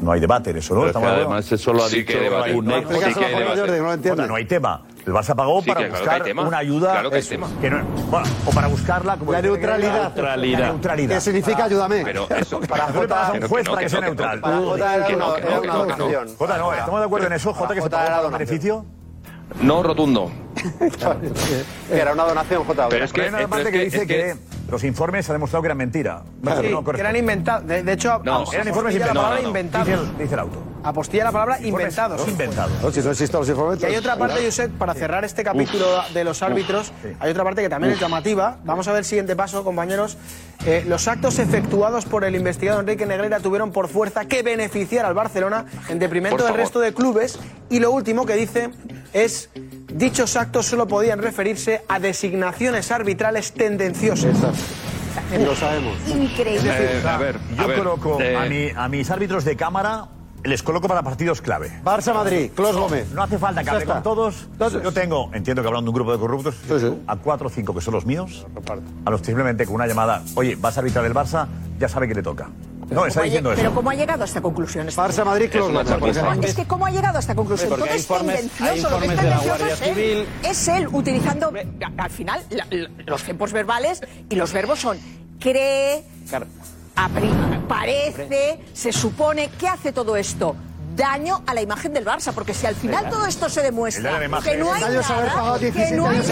[SPEAKER 6] no hay debate en eso, ¿no?
[SPEAKER 15] Pero es
[SPEAKER 6] ¿Estamos
[SPEAKER 15] que
[SPEAKER 6] de acuerdo?
[SPEAKER 15] además eso lo ha Sí dicho que hay debate. un
[SPEAKER 6] No,
[SPEAKER 15] ex-
[SPEAKER 6] no,
[SPEAKER 15] sí que hay
[SPEAKER 6] no,
[SPEAKER 15] debate.
[SPEAKER 6] no lo entiendo. No hay tema. El Barça pagó
[SPEAKER 15] Sí, que
[SPEAKER 6] para
[SPEAKER 15] claro que hay
[SPEAKER 6] buscar
[SPEAKER 15] tema.
[SPEAKER 6] una ayuda.
[SPEAKER 15] Claro que hay
[SPEAKER 6] eso,
[SPEAKER 15] tema.
[SPEAKER 6] que no- bueno, o para buscarla como
[SPEAKER 13] La
[SPEAKER 6] dice Negreira,
[SPEAKER 13] neutralidad.
[SPEAKER 6] La neutralidad.
[SPEAKER 13] neutralidad. ¿Qué significa ayúdame?
[SPEAKER 15] Pero eso...
[SPEAKER 6] Para
[SPEAKER 13] Pero
[SPEAKER 6] Jota a
[SPEAKER 13] que
[SPEAKER 6] un
[SPEAKER 13] no,
[SPEAKER 6] juez
[SPEAKER 13] que no,
[SPEAKER 6] para que
[SPEAKER 13] que
[SPEAKER 6] sea
[SPEAKER 13] no,
[SPEAKER 6] neutral.
[SPEAKER 13] que no, que no, Para Jota que no, era que no, que no, una que no, que no. donación.
[SPEAKER 6] Jota, no, eh, estamos de acuerdo en eso. Jota, que se pagó para beneficio.
[SPEAKER 15] No, rotundo.
[SPEAKER 13] Era una donación, Jota.
[SPEAKER 15] Pero es que-
[SPEAKER 6] Pero hay una
[SPEAKER 15] pero es
[SPEAKER 6] parte que
[SPEAKER 15] que-
[SPEAKER 6] dice
[SPEAKER 15] es que-
[SPEAKER 6] que los informes han demostrado que eran mentira.
[SPEAKER 1] Sí,
[SPEAKER 6] Pero no
[SPEAKER 1] que
[SPEAKER 6] corresponde.
[SPEAKER 1] eran inventados. De, de hecho,
[SPEAKER 6] No,
[SPEAKER 1] apostilla
[SPEAKER 6] eran informes
[SPEAKER 1] la palabra
[SPEAKER 6] inventados. Dice
[SPEAKER 1] inventados.
[SPEAKER 6] el- Dice el auto.
[SPEAKER 1] Apostilla la palabra
[SPEAKER 6] Informes
[SPEAKER 1] inventados.
[SPEAKER 6] Inventados.
[SPEAKER 13] No, si no existen los informes.
[SPEAKER 1] Y hay otra parte, Josep, para cerrar este capítulo
[SPEAKER 13] Uf.
[SPEAKER 1] de los árbitros,
[SPEAKER 13] Uf. Sí.
[SPEAKER 1] hay otra parte que también es
[SPEAKER 13] Uf.
[SPEAKER 1] llamativa. Vamos a ver el siguiente paso, compañeros. Eh, los actos efectuados por el investigado Enrique Negreira tuvieron por fuerza que beneficiar al Barcelona en
[SPEAKER 15] Por
[SPEAKER 1] deprimento del
[SPEAKER 15] favor.
[SPEAKER 1] resto de clubes. Y lo último que dice es, dichos actos solo podían referirse a designaciones arbitrales tendenciosas.
[SPEAKER 13] Lo sabemos.
[SPEAKER 6] Es
[SPEAKER 1] Increíble.
[SPEAKER 6] decir,
[SPEAKER 15] Eh,
[SPEAKER 6] o sea,
[SPEAKER 15] a ver,
[SPEAKER 6] yo
[SPEAKER 15] a ver,
[SPEAKER 6] coloco
[SPEAKER 15] eh,
[SPEAKER 6] a, mi- a mis árbitros de cámara, les coloco para partidos clave.
[SPEAKER 13] Barça Madrid, Clos Gómez.
[SPEAKER 6] No hace falta que
[SPEAKER 13] Ya
[SPEAKER 6] hable
[SPEAKER 13] está.
[SPEAKER 6] con todos. Yo tengo, entiendo que hablando de un grupo de corruptos, a cuatro o cinco que son los míos, a los simplemente con una llamada, oye, vas a arbitrar el Barça, ya sabe que le toca. No,
[SPEAKER 16] ¿Cómo
[SPEAKER 6] está
[SPEAKER 16] ha
[SPEAKER 6] diciendo
[SPEAKER 16] lleg-
[SPEAKER 6] eso.
[SPEAKER 16] Pero ¿cómo ha llegado a esta conclusión?
[SPEAKER 13] Barça Madrid,
[SPEAKER 6] Es una
[SPEAKER 16] Gómez, por
[SPEAKER 6] chapuza.
[SPEAKER 16] ejemplo. Es que ¿cómo ha llegado a esta conclusión?
[SPEAKER 6] Porque
[SPEAKER 16] Todo
[SPEAKER 6] hay
[SPEAKER 16] es
[SPEAKER 6] informes-
[SPEAKER 16] tendencioso.
[SPEAKER 6] hay
[SPEAKER 16] Lo que es
[SPEAKER 6] informes de la
[SPEAKER 16] tendencioso es
[SPEAKER 6] Guardia
[SPEAKER 16] él, es él utilizando, al final, la- la- los tiempos verbales y los verbos son cree, apri- parece, se supone. ¿Qué hace todo esto? Daño a la imagen del Barça, porque si al final
[SPEAKER 13] Claro.
[SPEAKER 16] todo esto se
[SPEAKER 13] El daño a
[SPEAKER 16] demuestra
[SPEAKER 13] la imagen.
[SPEAKER 16] que no hay
[SPEAKER 13] El daño es haber
[SPEAKER 16] nada,
[SPEAKER 13] pagado
[SPEAKER 16] que
[SPEAKER 13] 17
[SPEAKER 16] no hay
[SPEAKER 13] años.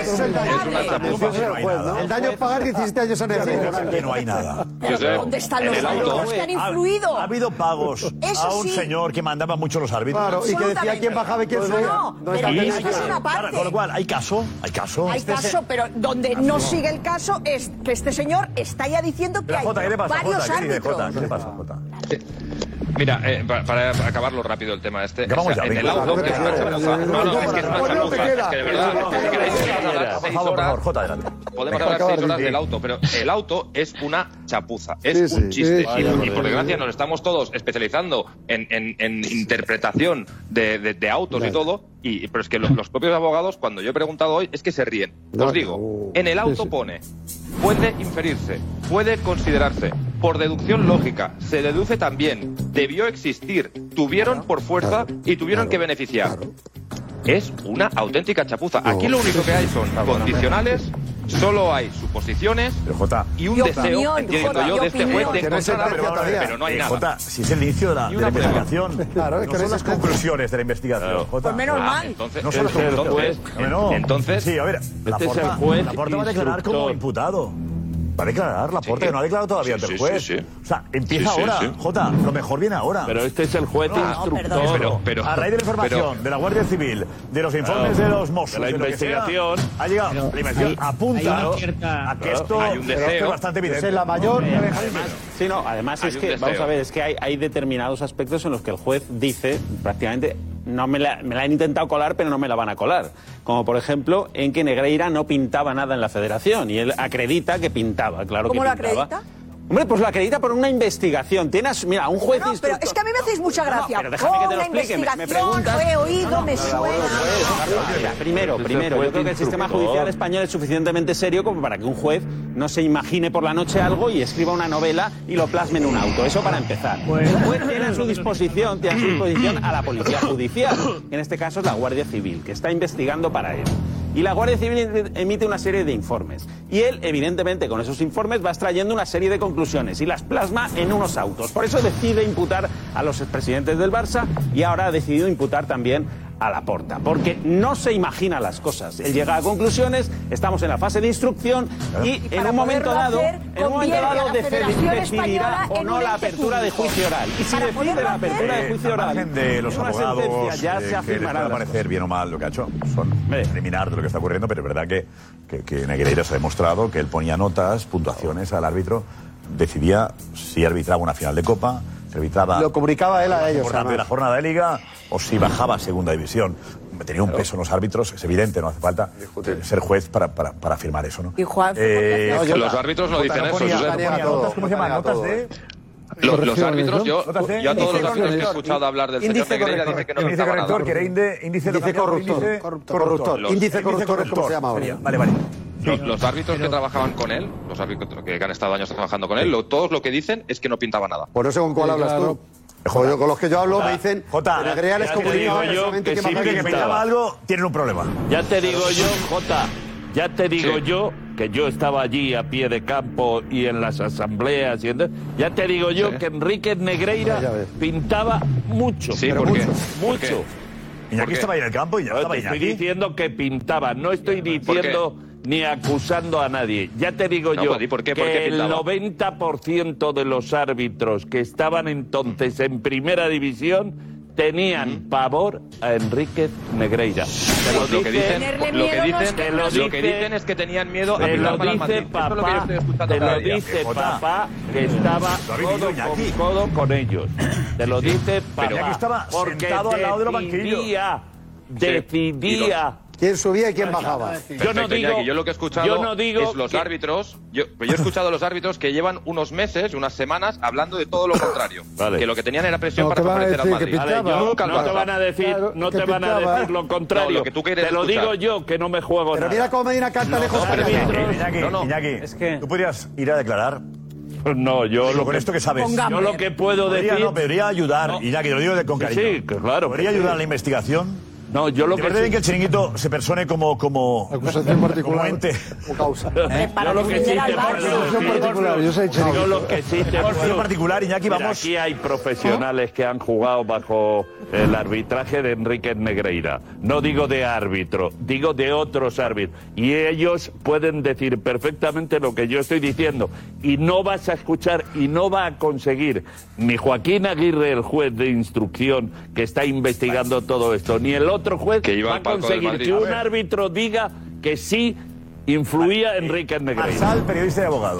[SPEAKER 13] Es el daño. El daño es pagar 17 años a Negreira.
[SPEAKER 6] no hay nada.
[SPEAKER 16] Josep, ¿dónde están los
[SPEAKER 6] En el auto.
[SPEAKER 16] pagos que han
[SPEAKER 6] Ha-
[SPEAKER 16] influido?
[SPEAKER 6] Ha habido pagos
[SPEAKER 16] Eso
[SPEAKER 6] a un
[SPEAKER 16] sí.
[SPEAKER 6] señor que mandaba mucho los árbitros.
[SPEAKER 13] Claro, y que decía quién bajaba y quién subía.
[SPEAKER 16] No, no, pero
[SPEAKER 6] Y-
[SPEAKER 16] eso es una parte.
[SPEAKER 6] Claro, con lo cual, hay caso, hay caso.
[SPEAKER 16] Hay
[SPEAKER 6] Este se-
[SPEAKER 16] caso, pero donde no sigue el caso es que este señor está ya diciendo que
[SPEAKER 6] Pero,
[SPEAKER 16] hay
[SPEAKER 6] Jota, ¿qué le pasa,
[SPEAKER 16] varios
[SPEAKER 6] Jota? ¿Qué dice,
[SPEAKER 16] árbitros.
[SPEAKER 6] Jota? ¿Qué le pasa, Jota?
[SPEAKER 17] Mira, eh, pa- para, acabarlo rápido el tema este.
[SPEAKER 6] Que vamos
[SPEAKER 17] o sea,
[SPEAKER 6] ya,
[SPEAKER 17] en el
[SPEAKER 6] venga,
[SPEAKER 17] auto,
[SPEAKER 6] no te
[SPEAKER 17] que es
[SPEAKER 6] quiero,
[SPEAKER 17] una chapuza. No,
[SPEAKER 6] no, no,
[SPEAKER 17] no, es que es una
[SPEAKER 6] no, no, no te
[SPEAKER 17] chapuza.
[SPEAKER 6] queda.
[SPEAKER 17] Es que de verdad,
[SPEAKER 6] No, no,
[SPEAKER 17] si queréis, podemos hablar
[SPEAKER 6] Por
[SPEAKER 17] seis
[SPEAKER 6] favor, por
[SPEAKER 17] horas-
[SPEAKER 6] favor, Jota, adelante.
[SPEAKER 17] Podemos
[SPEAKER 6] Venga,
[SPEAKER 17] hablar
[SPEAKER 6] acabar,
[SPEAKER 17] seis horas
[SPEAKER 6] sí.
[SPEAKER 17] del auto, pero el auto es una chapuza, es
[SPEAKER 6] Sí, sí,
[SPEAKER 17] un chiste.
[SPEAKER 6] sí,
[SPEAKER 17] y,
[SPEAKER 6] sí,
[SPEAKER 17] y
[SPEAKER 6] vale,
[SPEAKER 17] por
[SPEAKER 6] vale.
[SPEAKER 17] desgracia nos estamos todos especializando en, en- en interpretación de, de- de autos y todo, y, pero es que lo- los propios abogados, cuando yo he preguntado hoy, es que se ríen. Os digo, en el auto pone, puede inferirse, puede considerarse, por deducción lógica, se deduce también, debió existir, tuvieron por fuerza y tuvieron que beneficiar. Es una auténtica chapuza. Aquí lo único que hay son condicionales, solo hay suposiciones y un
[SPEAKER 6] Y
[SPEAKER 17] deseo,
[SPEAKER 6] opinión,
[SPEAKER 17] entiendo
[SPEAKER 6] Jota,
[SPEAKER 17] yo,
[SPEAKER 6] y
[SPEAKER 17] de este
[SPEAKER 6] opinión.
[SPEAKER 17] juez de
[SPEAKER 6] Que no es
[SPEAKER 17] encontrar
[SPEAKER 6] sentencia
[SPEAKER 17] algo,
[SPEAKER 6] todavía.
[SPEAKER 17] pero no hay
[SPEAKER 6] Eh,
[SPEAKER 17] nada.
[SPEAKER 6] Jota, si es el inicio de la,
[SPEAKER 17] Y
[SPEAKER 6] de
[SPEAKER 17] una
[SPEAKER 6] la
[SPEAKER 17] prueba.
[SPEAKER 6] investigación,
[SPEAKER 17] Claro, es que
[SPEAKER 6] no
[SPEAKER 17] no
[SPEAKER 6] son
[SPEAKER 17] es
[SPEAKER 6] las conclusiones de la investigación, Jota.
[SPEAKER 17] Pues menos Ah, mal. entonces-
[SPEAKER 6] no son las
[SPEAKER 17] entonces-
[SPEAKER 6] conclusiones. No, no.
[SPEAKER 17] entonces-
[SPEAKER 6] sí, a ver, la
[SPEAKER 17] este es el
[SPEAKER 6] porta,
[SPEAKER 17] juez
[SPEAKER 6] la porta va a declarar como
[SPEAKER 17] instructor.
[SPEAKER 6] imputado. Va a declarar la puerta, que no ha declarado todavía
[SPEAKER 15] Sí,
[SPEAKER 6] ante el
[SPEAKER 15] sí,
[SPEAKER 6] juez.
[SPEAKER 15] sí, sí.
[SPEAKER 6] O sea, empieza
[SPEAKER 15] Sí, sí,
[SPEAKER 6] ahora,
[SPEAKER 15] sí.
[SPEAKER 6] Jota, lo mejor viene ahora.
[SPEAKER 15] Pero este es el juez
[SPEAKER 6] No, no,
[SPEAKER 15] instructor.
[SPEAKER 6] perdón.
[SPEAKER 15] Pero- pero-
[SPEAKER 6] a raíz de la información
[SPEAKER 15] pero-
[SPEAKER 6] de la Guardia Civil, de los informes
[SPEAKER 15] Claro.
[SPEAKER 6] de los Mossos,
[SPEAKER 15] De la
[SPEAKER 6] lo que sea,
[SPEAKER 15] investigación.
[SPEAKER 6] ha llegado,
[SPEAKER 15] Pero
[SPEAKER 6] la investigación
[SPEAKER 15] hay-
[SPEAKER 6] apunta
[SPEAKER 15] hay una cierta-
[SPEAKER 6] a que
[SPEAKER 15] Claro.
[SPEAKER 6] esto
[SPEAKER 15] Hay un
[SPEAKER 6] pero
[SPEAKER 15] deseo.
[SPEAKER 6] esto es bastante evidente.
[SPEAKER 18] Es la mayor.
[SPEAKER 6] Hombre,
[SPEAKER 18] Sí, no, además
[SPEAKER 15] Hay
[SPEAKER 18] es
[SPEAKER 15] un
[SPEAKER 18] que,
[SPEAKER 15] deseo.
[SPEAKER 18] vamos a ver, es que hay, hay determinados aspectos en los que el juez dice prácticamente, no me la, me la han intentado colar, pero no me la van a colar. Como por ejemplo, en que Negreira no pintaba nada en la federación y él acredita que pintaba, claro
[SPEAKER 16] ¿Cómo
[SPEAKER 18] que
[SPEAKER 16] lo
[SPEAKER 18] pintaba.
[SPEAKER 16] acredita?
[SPEAKER 18] Hombre, pues lo acredita por una investigación. Tienes, mira, un juez
[SPEAKER 16] No, pero
[SPEAKER 18] instructor-
[SPEAKER 16] es que a mí me hacéis mucha gracia.
[SPEAKER 18] pero déjame que te lo
[SPEAKER 16] una
[SPEAKER 18] explique, me- me
[SPEAKER 16] investigación,
[SPEAKER 18] preguntas-
[SPEAKER 16] lo he oído,
[SPEAKER 18] No, no,
[SPEAKER 16] me
[SPEAKER 18] no,
[SPEAKER 16] suena.
[SPEAKER 18] Mira, primero,
[SPEAKER 15] Ese
[SPEAKER 18] primero,
[SPEAKER 15] juez
[SPEAKER 18] yo creo que el sistema
[SPEAKER 15] instructor.
[SPEAKER 18] judicial español es suficientemente serio como para que un juez no se imagine por la noche algo y escriba una novela y lo plasme en un auto. Eso para empezar. El juez tiene a su disposición, tiene a su disposición a la policía judicial, que en este caso es la Guardia Civil, que está investigando para él. Y la Guardia Civil emite una serie de informes. Y él, evidentemente, con esos informes va extrayendo una serie de conclusiones y las plasma en unos autos. Por eso decide imputar a los expresidentes del Barça y ahora ha decidido imputar también a la porta. Porque no se imagina las cosas. Él llega a conclusiones, estamos en la fase de instrucción y, en
[SPEAKER 16] para
[SPEAKER 18] un momento
[SPEAKER 16] poderlo
[SPEAKER 18] dado,
[SPEAKER 16] hacer,
[SPEAKER 18] en un momento
[SPEAKER 16] convierte a
[SPEAKER 18] dado
[SPEAKER 16] la
[SPEAKER 18] dece-
[SPEAKER 16] Federación
[SPEAKER 18] decidirá
[SPEAKER 16] Española
[SPEAKER 18] o
[SPEAKER 16] en
[SPEAKER 18] no
[SPEAKER 16] un
[SPEAKER 18] la
[SPEAKER 16] ente
[SPEAKER 18] apertura de
[SPEAKER 16] público.
[SPEAKER 18] juicio oral. Y si
[SPEAKER 16] Para
[SPEAKER 18] decide
[SPEAKER 16] poderlo
[SPEAKER 18] la
[SPEAKER 16] hacer-
[SPEAKER 18] apertura de
[SPEAKER 6] Eh,
[SPEAKER 18] juicio
[SPEAKER 6] al margen
[SPEAKER 18] oral,
[SPEAKER 6] de los
[SPEAKER 18] en una
[SPEAKER 6] abogados
[SPEAKER 18] sentencia ya
[SPEAKER 6] eh,
[SPEAKER 18] se
[SPEAKER 6] que les
[SPEAKER 18] afirmarán
[SPEAKER 6] pueda
[SPEAKER 18] las
[SPEAKER 6] parecer bien o mal lo que ha hecho, son preliminar de lo que está ocurriendo, pero es verdad que, que, que Negreira se ha demostrado que él ponía notas, puntuaciones al árbitro, decidía si arbitraba una final de Copa, si arbitraba...
[SPEAKER 13] Lo comunicaba él a
[SPEAKER 6] lo más
[SPEAKER 13] ellos,
[SPEAKER 6] importante
[SPEAKER 13] además.
[SPEAKER 6] de la jornada de Liga o si bajaba a Segunda División. Tenía un peso en los árbitros, es evidente, no hace falta ser juez para, para, para afirmar eso, ¿no?
[SPEAKER 16] Y Juan,
[SPEAKER 6] Eh,
[SPEAKER 15] No, yo- los árbitros no dicen eso, Josep.
[SPEAKER 6] ¿Cómo se llama? Notas de...
[SPEAKER 15] Los, los
[SPEAKER 6] Correcciones,
[SPEAKER 15] árbitros,
[SPEAKER 6] ¿no?
[SPEAKER 15] yo,
[SPEAKER 6] Notas de-
[SPEAKER 15] yo a todos los
[SPEAKER 6] Índice
[SPEAKER 15] árbitros que he
[SPEAKER 6] corrector.
[SPEAKER 15] escuchado hablar del señor
[SPEAKER 6] Índice
[SPEAKER 15] Negreira
[SPEAKER 6] corrector.
[SPEAKER 15] dice que no
[SPEAKER 6] Índice
[SPEAKER 15] pintaba
[SPEAKER 6] corrector,
[SPEAKER 15] nada.
[SPEAKER 6] que era inde- índice de
[SPEAKER 13] Índice corruptor.
[SPEAKER 6] Índice
[SPEAKER 13] Corruptor.
[SPEAKER 6] corruptor.
[SPEAKER 13] Los- Índice corruptor,
[SPEAKER 6] corrector,
[SPEAKER 13] ¿cómo se llamaba?
[SPEAKER 6] sería. Vale, vale.
[SPEAKER 15] Los, los árbitros que trabajaban con él, los árbitros que han estado años trabajando con él, lo- todos lo que dicen es que no pintaba nada.
[SPEAKER 13] Pues no sé con cuál
[SPEAKER 15] Sí,
[SPEAKER 13] hablas
[SPEAKER 15] claro.
[SPEAKER 13] tú. Joder, yo con los que yo hablo
[SPEAKER 15] Jota,
[SPEAKER 13] me dicen
[SPEAKER 15] Jota,
[SPEAKER 13] que Negreira les
[SPEAKER 15] ya te
[SPEAKER 13] comunicaba
[SPEAKER 15] digo yo
[SPEAKER 13] precisamente
[SPEAKER 15] que sí
[SPEAKER 13] mandaba-
[SPEAKER 6] Gente que pintaba
[SPEAKER 15] pintaba.
[SPEAKER 6] algo, tienen un problema.
[SPEAKER 19] Ya te digo yo, Jota, ya te digo yo que yo estaba allí a pie de campo y en las asambleas y en- ya te digo yo que Enrique Negreira pintaba mucho,
[SPEAKER 15] Sí,
[SPEAKER 19] pero
[SPEAKER 15] ¿por qué?
[SPEAKER 19] mucho,
[SPEAKER 15] ¿Por qué?
[SPEAKER 19] mucho.
[SPEAKER 6] Y aquí estaba ahí en el campo y ya
[SPEAKER 19] No,
[SPEAKER 6] estaba
[SPEAKER 19] te estoy
[SPEAKER 6] Iñaki.
[SPEAKER 19] diciendo que pintaba, no estoy diciendo ni acusando a nadie. Ya te digo
[SPEAKER 15] No,
[SPEAKER 19] yo
[SPEAKER 15] pues, ¿y por qué? ¿Por qué
[SPEAKER 19] que el
[SPEAKER 15] pintaba?
[SPEAKER 19] 90% de los árbitros que estaban entonces en primera división tenían pavor a Enrique Negreira. Te
[SPEAKER 15] Pues lo que
[SPEAKER 19] dice-
[SPEAKER 15] dicen, lo que dicen,
[SPEAKER 19] Te
[SPEAKER 15] lo que dicen es que tenían miedo a
[SPEAKER 19] te
[SPEAKER 15] pintar
[SPEAKER 19] lo
[SPEAKER 15] para el
[SPEAKER 19] dice
[SPEAKER 15] Madrid. Esto es lo que yo
[SPEAKER 19] papá,
[SPEAKER 15] estoy escuchando
[SPEAKER 19] te lo
[SPEAKER 15] cada día.
[SPEAKER 19] dice
[SPEAKER 15] Jota,
[SPEAKER 19] papá que estaba
[SPEAKER 15] Lo habéis
[SPEAKER 19] codo
[SPEAKER 15] dicho,
[SPEAKER 19] con
[SPEAKER 15] Iñaki.
[SPEAKER 19] codo con ellos. Te lo
[SPEAKER 15] Sí.
[SPEAKER 19] dice papá.
[SPEAKER 15] Pero- Iñaki estaba
[SPEAKER 19] porque
[SPEAKER 15] sentado al lado de los
[SPEAKER 19] decidía-
[SPEAKER 15] banquillos.
[SPEAKER 19] Decidía.
[SPEAKER 13] ¿Quién subía y quién bajaba?
[SPEAKER 19] Yo no
[SPEAKER 15] Perfecto,
[SPEAKER 19] digo.
[SPEAKER 15] Iñaki, yo lo que he escuchado
[SPEAKER 19] yo no digo
[SPEAKER 15] es los
[SPEAKER 19] que-
[SPEAKER 15] árbitros. Yo, pero yo he escuchado a los árbitros que llevan unos meses, unas semanas, hablando de todo lo contrario. Que lo que tenían era presión
[SPEAKER 19] No,
[SPEAKER 15] para
[SPEAKER 19] te van a
[SPEAKER 15] favorecer al
[SPEAKER 19] decir que
[SPEAKER 15] Madrid.
[SPEAKER 19] pintaba. Vale, yo-
[SPEAKER 15] Nunca al
[SPEAKER 19] no te
[SPEAKER 15] Barça.
[SPEAKER 19] van a decir, no
[SPEAKER 15] que
[SPEAKER 19] te van a
[SPEAKER 15] pintaba.
[SPEAKER 19] decir lo contrario.
[SPEAKER 15] No, lo que tú quieres
[SPEAKER 19] te lo
[SPEAKER 15] escuchar.
[SPEAKER 19] digo yo que no me juego
[SPEAKER 13] Pero
[SPEAKER 19] nada.
[SPEAKER 13] mira cómo Medina canta
[SPEAKER 19] Los
[SPEAKER 13] lejos para
[SPEAKER 19] árbitros-
[SPEAKER 13] allá.
[SPEAKER 6] Iñaki, Iñaki, ¿tú podrías ir a declarar?
[SPEAKER 19] Pues No, yo
[SPEAKER 6] lo con esto que sabes.
[SPEAKER 19] Yo lo que puedo
[SPEAKER 6] Podría,
[SPEAKER 19] decir-
[SPEAKER 6] No, podría ayudar,
[SPEAKER 19] No.
[SPEAKER 6] Iñaki, lo digo de, con
[SPEAKER 19] Sí,
[SPEAKER 6] cariño.
[SPEAKER 19] sí, que claro,
[SPEAKER 6] Podría
[SPEAKER 19] que sí.
[SPEAKER 6] ayudar a la investigación.
[SPEAKER 19] No, yo lo
[SPEAKER 6] ¿Te
[SPEAKER 19] que
[SPEAKER 6] parece
[SPEAKER 19] sí-
[SPEAKER 6] bien que el chiringuito se persone como. como
[SPEAKER 13] Acusación
[SPEAKER 6] como
[SPEAKER 13] particular.
[SPEAKER 6] ente.
[SPEAKER 13] O causa.
[SPEAKER 19] ¿Eh? Yo lo que sí te puedo
[SPEAKER 13] Acusación
[SPEAKER 19] decir-
[SPEAKER 13] particular, yo soy chiringuito.
[SPEAKER 19] Yo lo que sí te
[SPEAKER 13] Acusación
[SPEAKER 19] puedo-
[SPEAKER 13] particular, Iñaki,
[SPEAKER 19] Mira,
[SPEAKER 13] vamos. ¿Ah?
[SPEAKER 19] Aquí hay profesionales que han jugado bajo el arbitraje de Enrique Negreira. No digo de árbitro, digo de otros árbitros. Y ellos pueden decir perfectamente lo que yo estoy diciendo. Y no vas a escuchar y no va a conseguir ni Joaquín Aguirre, el juez de instrucción que está investigando todo esto, ni el otro juez
[SPEAKER 15] Que iba
[SPEAKER 19] va
[SPEAKER 15] al
[SPEAKER 19] a
[SPEAKER 15] palco del
[SPEAKER 19] conseguir
[SPEAKER 15] Madrid.
[SPEAKER 19] que
[SPEAKER 15] A
[SPEAKER 19] un
[SPEAKER 15] ver.
[SPEAKER 19] árbitro diga que sí influía Enrique Negreira.
[SPEAKER 6] Sal, periodista y abogado.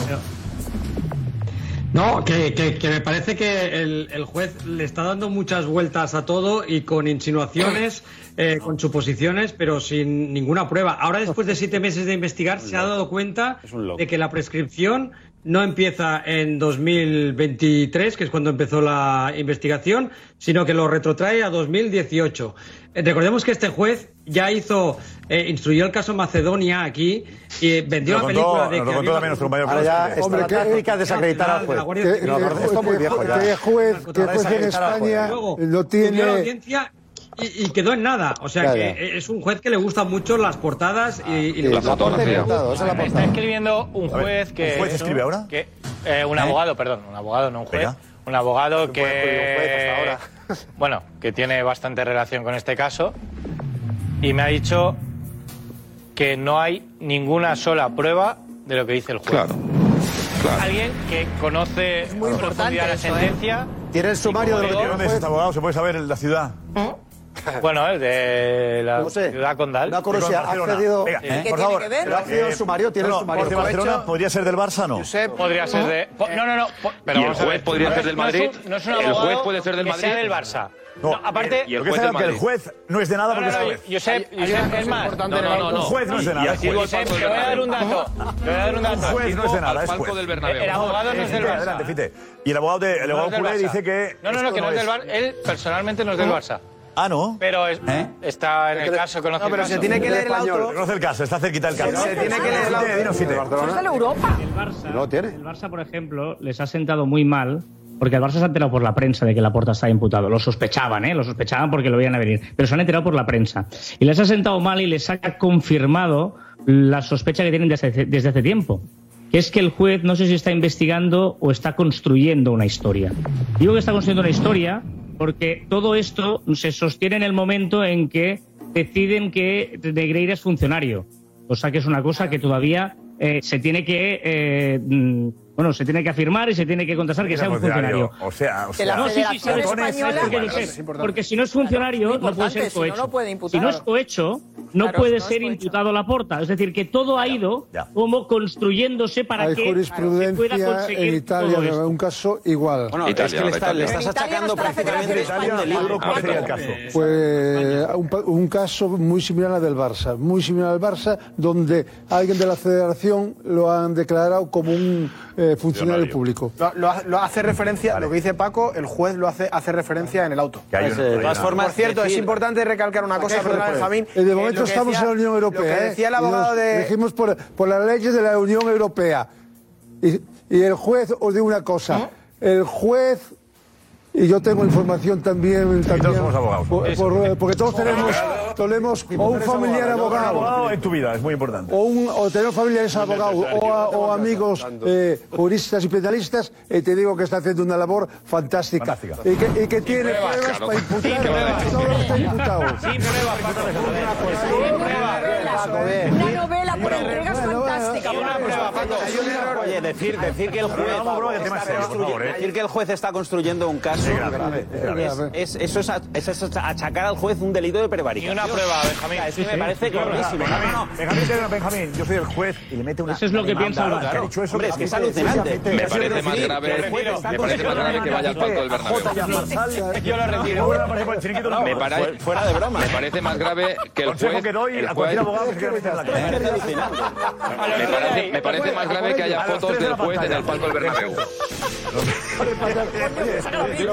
[SPEAKER 12] No, que, que- que me parece que el, el juez le está dando muchas vueltas a todo y con insinuaciones, eh, con suposiciones, pero sin ninguna prueba. Ahora, después de siete meses de investigar, se ha dado cuenta de que la prescripción no empieza en 2023, que es cuando empezó la investigación, sino que lo retrotrae a 2018. Eh, Recordemos que este juez ya hizo, eh, instruyó el caso Macedonia aquí y vendió
[SPEAKER 6] Nos
[SPEAKER 12] la
[SPEAKER 6] lo contó-
[SPEAKER 12] película de
[SPEAKER 6] nos
[SPEAKER 12] que
[SPEAKER 6] lo contó
[SPEAKER 12] había-
[SPEAKER 6] también nuestro compañero
[SPEAKER 13] Ahora ya está la técnica de desacreditar al juez.
[SPEAKER 12] Guardia Civil.
[SPEAKER 13] Que- que-
[SPEAKER 12] No,
[SPEAKER 13] está muy
[SPEAKER 12] que-
[SPEAKER 13] viejo ya.
[SPEAKER 12] que juez- que
[SPEAKER 13] Ahora
[SPEAKER 12] juez en
[SPEAKER 13] desacreditar al juez.
[SPEAKER 12] España
[SPEAKER 20] ¿eh?
[SPEAKER 13] Luego,
[SPEAKER 12] lo
[SPEAKER 13] tiene-
[SPEAKER 12] Tuvo la audiencia y, y quedó en nada. O sea
[SPEAKER 13] Claro.
[SPEAKER 12] que es un juez que le gustan mucho las portadas y, y
[SPEAKER 13] Ah, La
[SPEAKER 12] le
[SPEAKER 13] fotografía. Portada, esa es la
[SPEAKER 21] Me está escribiendo un
[SPEAKER 12] A ver,
[SPEAKER 21] juez que.
[SPEAKER 12] ¿un juez escribe ahora?
[SPEAKER 21] que- eh, un abogado, perdón, un abogado, no un juez. Un abogado que. bueno, que tiene bastante relación con este caso. Y me ha dicho que no hay ninguna sola prueba de lo que dice el juez. Claro. alguien que conoce muy profundidad la
[SPEAKER 6] ¿eh?
[SPEAKER 21] sentencia.
[SPEAKER 6] ¿Tiene el
[SPEAKER 21] sumario de lo que tiene
[SPEAKER 6] ¿Dónde es este abogado? ¿Se puede saber el- la ciudad?
[SPEAKER 21] Bueno, el de la ciudad condal.
[SPEAKER 6] Una curiosidad, ¿ha cedido- Venga, ¿eh? ¿Qué tiene que ver? ¿Lo ha
[SPEAKER 12] eh,
[SPEAKER 6] cedido el sumario? ¿Tiene el sumario? ¿Por Barcelona? ¿Podría ser del Barça no?
[SPEAKER 21] Josep podría ser de. po- No, no, no. po- Pero
[SPEAKER 15] Y el
[SPEAKER 21] vamos a
[SPEAKER 15] juez
[SPEAKER 21] ver,
[SPEAKER 15] podría
[SPEAKER 21] no
[SPEAKER 15] ser
[SPEAKER 21] es-
[SPEAKER 15] del
[SPEAKER 21] no es un-
[SPEAKER 15] Madrid.
[SPEAKER 21] No es un
[SPEAKER 15] El
[SPEAKER 21] abogado
[SPEAKER 15] juez puede ser del
[SPEAKER 21] que sea
[SPEAKER 15] Madrid.
[SPEAKER 21] del Barça. No, aparte.
[SPEAKER 6] Lo que está claro que el juez no es de nada
[SPEAKER 21] No,
[SPEAKER 6] porque
[SPEAKER 21] no, no,
[SPEAKER 6] es juez.
[SPEAKER 21] Josep, Josep, es más. No, no, no, no.
[SPEAKER 6] Un juez no es de
[SPEAKER 21] Y
[SPEAKER 6] nada.
[SPEAKER 21] así voy
[SPEAKER 6] Josep,
[SPEAKER 21] pasando de largo. Te voy a dar un dato.
[SPEAKER 6] Un juez no es de nada,
[SPEAKER 21] Al
[SPEAKER 6] es
[SPEAKER 21] palco
[SPEAKER 6] juez.
[SPEAKER 21] del Bernabéu. El abogado no es del Barça.
[SPEAKER 6] Adelante, Fite. Y el abogado, de, el
[SPEAKER 21] No
[SPEAKER 6] abogado
[SPEAKER 21] es del
[SPEAKER 6] culé
[SPEAKER 21] Barça.
[SPEAKER 6] dice que...
[SPEAKER 21] No, no, no,
[SPEAKER 6] esto
[SPEAKER 21] que no es del
[SPEAKER 6] es-
[SPEAKER 21] Barça. Él personalmente no es del
[SPEAKER 6] ¿No?
[SPEAKER 21] Barça.
[SPEAKER 6] Ah, ¿no.
[SPEAKER 21] Pero es- está en el caso, conoce
[SPEAKER 6] No, pero
[SPEAKER 21] el
[SPEAKER 6] se
[SPEAKER 21] caso.
[SPEAKER 6] tiene que leer el auto. Conoce el caso, está cerquita el caso.
[SPEAKER 1] Se tiene que leer el
[SPEAKER 6] Fite, dinos, Fite.
[SPEAKER 16] Europa.
[SPEAKER 6] No tiene.
[SPEAKER 20] El Barça, por ejemplo, les ha sentado muy mal. Porque el Barça se ha enterado por la prensa de que Laporta está imputado. Lo sospechaban, ¿eh? Lo sospechaban porque lo veían a venir. Pero se han enterado por la prensa. Y les ha sentado mal y les ha confirmado la sospecha que tienen desde hace, desde hace tiempo. Que es que el juez no sé si está investigando o está construyendo una historia. Digo que está construyendo una historia porque todo esto se sostiene en el momento en que deciden que Negreira es funcionario. O sea que es una cosa que todavía eh, se tiene que eh, mm, bueno, se tiene que afirmar y se tiene que contrastar que sea un funcionario.
[SPEAKER 6] O sea, o
[SPEAKER 20] Que la
[SPEAKER 6] sea...
[SPEAKER 20] No, sí, sí, sí, Federación porque- Española- porque- Bueno, eso porque- es importante. Porque si no es funcionario, Claro, no es puede ser importante, si no, cohecho. no puede imputar. Si no es cohecho, no Claro, puede si no es ser cohecho. imputado la porta. Es decir, que todo ha ido como construyéndose para
[SPEAKER 4] Hay
[SPEAKER 20] que se pueda
[SPEAKER 4] jurisprudencia
[SPEAKER 20] conseguir
[SPEAKER 4] en Italia
[SPEAKER 20] todo
[SPEAKER 4] de
[SPEAKER 20] esto.
[SPEAKER 4] un caso igual.
[SPEAKER 18] Bueno, es que le, está- le estás achacando prácticamente un delito.
[SPEAKER 4] Pues un, pa- un caso muy similar al del Barça, muy similar al Barça, donde alguien de la federación lo han declarado como un eh, funcionario público.
[SPEAKER 1] Lo, lo ha- lo hace referencia, lo que dice Paco, el juez lo hace, hace referencia en el auto.
[SPEAKER 4] Que hay un-
[SPEAKER 1] de
[SPEAKER 4] hay una-
[SPEAKER 1] Por cierto, es
[SPEAKER 4] decir-
[SPEAKER 1] importante recalcar una cosa, perdona, Benjamín.
[SPEAKER 4] Eh,
[SPEAKER 1] eh,
[SPEAKER 4] de momento
[SPEAKER 1] lo que
[SPEAKER 4] estamos
[SPEAKER 1] decía-
[SPEAKER 4] en la Unión Europea.
[SPEAKER 1] Lo que
[SPEAKER 4] ¿eh?
[SPEAKER 1] decía el abogado
[SPEAKER 4] Y nos
[SPEAKER 1] de.
[SPEAKER 4] regimos por, por las leyes de la Unión Europea. Y, y el juez, os digo una cosa, el juez, y yo tengo información también... también
[SPEAKER 6] somos abogados.
[SPEAKER 4] por- por- porque todos tenemos, tenemos o un familiar abogado,
[SPEAKER 6] en tu vida, es muy importante.
[SPEAKER 4] o, un, o tener familiares abogados o, a- o amigos eh, juristas y penalistas, eh, te digo que está haciendo una labor fantástica. Eh, Y que, y que tiene pruebas para imputar a todo lo que está imputado.
[SPEAKER 16] Una novela por entregas fantástica.
[SPEAKER 18] Oye, decir, decir que el juez está construyendo- decir que el juez está construyendo un caso es- es- eso es, a- es- es achacar al juez un delito de prevaricación.
[SPEAKER 6] Y una prueba,
[SPEAKER 18] Benjamín. Es que me parece clarísimo.
[SPEAKER 6] Benjamín, Benjamín, te digo, Benjamín, yo soy el juez y le mete una.
[SPEAKER 20] Eso es lo que piensa
[SPEAKER 6] demanda,
[SPEAKER 20] el-
[SPEAKER 6] que ha dicho eso,
[SPEAKER 18] Hombre, es que es
[SPEAKER 6] Fite,
[SPEAKER 18] alucinante. Me
[SPEAKER 6] Fite, Fite,
[SPEAKER 18] parece
[SPEAKER 6] Fite,
[SPEAKER 18] más
[SPEAKER 6] Fite,
[SPEAKER 18] grave- me
[SPEAKER 6] Fite,
[SPEAKER 18] parece
[SPEAKER 6] Fite,
[SPEAKER 18] más
[SPEAKER 6] Fite,
[SPEAKER 18] grave que vaya al
[SPEAKER 6] Fite,
[SPEAKER 18] palco del Bernabéu.
[SPEAKER 6] Jota y a Marsal.
[SPEAKER 18] Yo lo retiro.
[SPEAKER 6] Fuera, por ejemplo, el chiringuito no lo
[SPEAKER 15] Me
[SPEAKER 6] veo.
[SPEAKER 15] pare-
[SPEAKER 18] Fuera de broma.
[SPEAKER 15] Me parece más grave que el juez.
[SPEAKER 6] Consejo que doy
[SPEAKER 15] el
[SPEAKER 6] a
[SPEAKER 15] juez-
[SPEAKER 6] cualquier abogado que se quiera meter en la cárcel.
[SPEAKER 15] me parece, me parece más grave que haya
[SPEAKER 6] A los
[SPEAKER 15] fotos
[SPEAKER 6] tres de
[SPEAKER 15] del
[SPEAKER 6] la
[SPEAKER 15] juez en
[SPEAKER 6] pantalla.
[SPEAKER 15] el palco del Bernabéu.
[SPEAKER 13] Pero aquí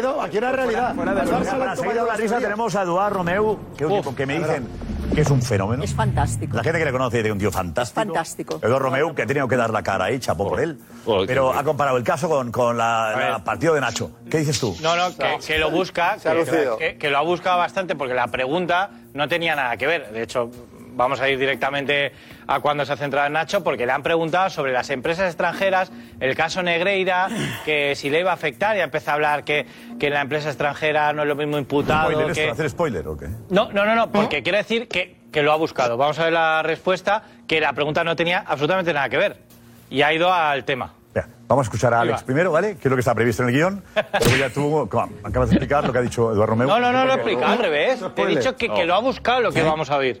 [SPEAKER 13] no, aquí no hay realidad.
[SPEAKER 6] Bueno, Para seguir la risa tenemos a Eduard Romeu, que, es un tipo que me dicen que es un fenómeno. Es
[SPEAKER 16] fantástico.
[SPEAKER 6] La gente que le conoce dice que es un tío fantástico.
[SPEAKER 16] Fantástico.
[SPEAKER 6] Eduard Romeu, que ha tenido que dar la cara ahí, chapo por él. Pero ha comparado el caso con, con la, la partido de Nacho. ¿Qué dices tú?
[SPEAKER 21] No, no, que, que lo busca,
[SPEAKER 6] Se ha
[SPEAKER 21] que,
[SPEAKER 6] lucido.
[SPEAKER 21] que- que lo ha buscado bastante porque la pregunta no tenía nada que ver. De hecho, vamos a ir directamente a cuando se ha centrado en Nacho porque le han preguntado sobre las empresas extranjeras, el caso Negreira, que si le iba a afectar y empieza a hablar que, que en la empresa extranjera no es lo mismo imputado
[SPEAKER 6] ¿Spoiler esto? ¿Mm?
[SPEAKER 21] que...
[SPEAKER 6] ¿Hacer spoiler o qué?
[SPEAKER 21] No, no, no, no, porque quiere decir que, que lo ha buscado. Vamos a ver la respuesta, que la pregunta no tenía absolutamente nada que ver y ha ido al tema.
[SPEAKER 6] Mira, vamos a escuchar a
[SPEAKER 21] Ahí
[SPEAKER 6] Alex
[SPEAKER 21] va.
[SPEAKER 6] primero, ¿vale? Que es lo que está previsto en el guión. Luego ya tú com, acabas de explicar lo que ha dicho Eduard Romeu.
[SPEAKER 21] No, no, no, lo he
[SPEAKER 6] Porque-
[SPEAKER 21] explicado al revés. Te he
[SPEAKER 6] spoiler.
[SPEAKER 21] dicho que, que
[SPEAKER 6] No.
[SPEAKER 21] lo ha buscado lo que vamos a oír.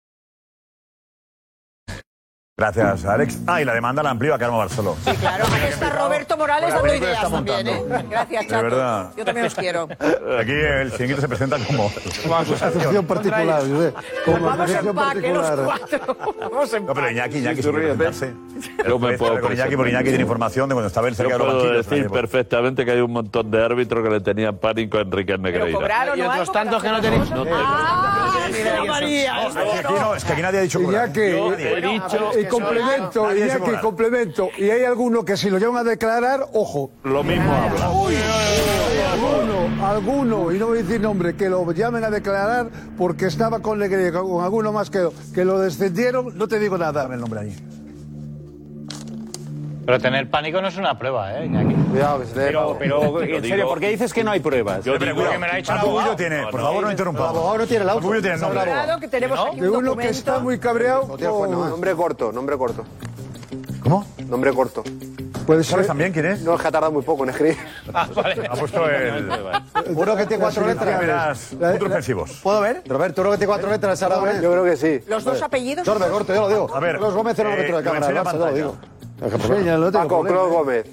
[SPEAKER 6] Gracias, Alex. Ah, y la demanda la amplió a Carmo Barceló.
[SPEAKER 16] Claro, aquí está Roberto Morales
[SPEAKER 6] La
[SPEAKER 16] dando
[SPEAKER 6] película
[SPEAKER 16] ideas
[SPEAKER 6] está
[SPEAKER 16] también, ¿eh? Gracias,
[SPEAKER 6] De
[SPEAKER 16] Chato.
[SPEAKER 6] verdad.
[SPEAKER 16] Yo también os quiero.
[SPEAKER 6] Aquí el chiringuito se presenta como...
[SPEAKER 4] Asociación particular, ¿eh? Como
[SPEAKER 16] Vamos en
[SPEAKER 4] asociación
[SPEAKER 16] pack, ¿eh? Los
[SPEAKER 4] particular.
[SPEAKER 16] cuatro. Vamos en
[SPEAKER 6] No, pero Iñaki, Iñaki, sí, quiere presentarse.
[SPEAKER 19] Yo me puedo
[SPEAKER 6] Con Iñaki, porque Iñaki tiene información de cuando estaba él
[SPEAKER 19] Yo
[SPEAKER 6] cerca de los
[SPEAKER 19] puedo
[SPEAKER 6] banquillos.
[SPEAKER 19] decir perfectamente que hay un montón de árbitros que le tenían pánico a Enrique Negreira.
[SPEAKER 16] Cobraron, ¿no?
[SPEAKER 1] Los tantos que no tenéis.
[SPEAKER 19] No te-
[SPEAKER 16] Ah,
[SPEAKER 1] Mira,
[SPEAKER 16] María, eso
[SPEAKER 1] eso.
[SPEAKER 6] Aquí no, es que aquí nadie ha dicho
[SPEAKER 4] Iñaki,
[SPEAKER 6] Yo
[SPEAKER 4] eh,
[SPEAKER 6] dicho-
[SPEAKER 4] y complemento,
[SPEAKER 6] Nadie dice
[SPEAKER 4] Iñaki,
[SPEAKER 6] moral.
[SPEAKER 4] complemento. Y hay alguno que si lo llevan a declarar, ojo.
[SPEAKER 19] Lo mismo habla.
[SPEAKER 4] Alguno, alguno, y no voy a decir nombre, que lo llamen a declarar porque estaba con Negreira, con alguno más que, que lo descendieron, no te digo nada. Dame el nombre ahí.
[SPEAKER 21] Pero tener pánico no es una prueba, ¿eh, Iñaki?
[SPEAKER 4] Cuidado,
[SPEAKER 1] Pero, pero, en serio, ¿por qué dices que no hay pruebas?
[SPEAKER 6] Yo digo que me lo ha dicho el abogado. tiene, por favor, no interrumpa. El abogado no tiene el auto. tiene el nombre.
[SPEAKER 16] Cuidado que tenemos aquí un
[SPEAKER 4] De uno que está muy cabreado. con-
[SPEAKER 13] Nombre corto, nombre corto.
[SPEAKER 6] ¿Cómo?
[SPEAKER 13] Nombre corto.
[SPEAKER 4] Puede
[SPEAKER 6] ¿Sabes también quién es?
[SPEAKER 13] No, es que ha tardado muy poco en escribir.
[SPEAKER 21] Ah, vale.
[SPEAKER 6] Ha puesto el...
[SPEAKER 13] Uno que
[SPEAKER 6] tiene cuatro letras. Primeras, puntos ofensivos.
[SPEAKER 13] ¿Puedo ver? Roberto, uno que tiene cuatro letras ahora. Yo creo que sí.
[SPEAKER 16] Los dos apellidos.
[SPEAKER 13] Torbe corto, yo lo digo.
[SPEAKER 6] A ver,
[SPEAKER 13] Los Gómez era
[SPEAKER 6] eh,
[SPEAKER 13] el árbitro de
[SPEAKER 6] lo
[SPEAKER 13] cámara, del
[SPEAKER 6] enseña
[SPEAKER 13] Barça, yo lo
[SPEAKER 6] pantalla.
[SPEAKER 13] digo.
[SPEAKER 4] Señalo, tengo
[SPEAKER 13] Paco,
[SPEAKER 4] problema.
[SPEAKER 13] Clos Gómez.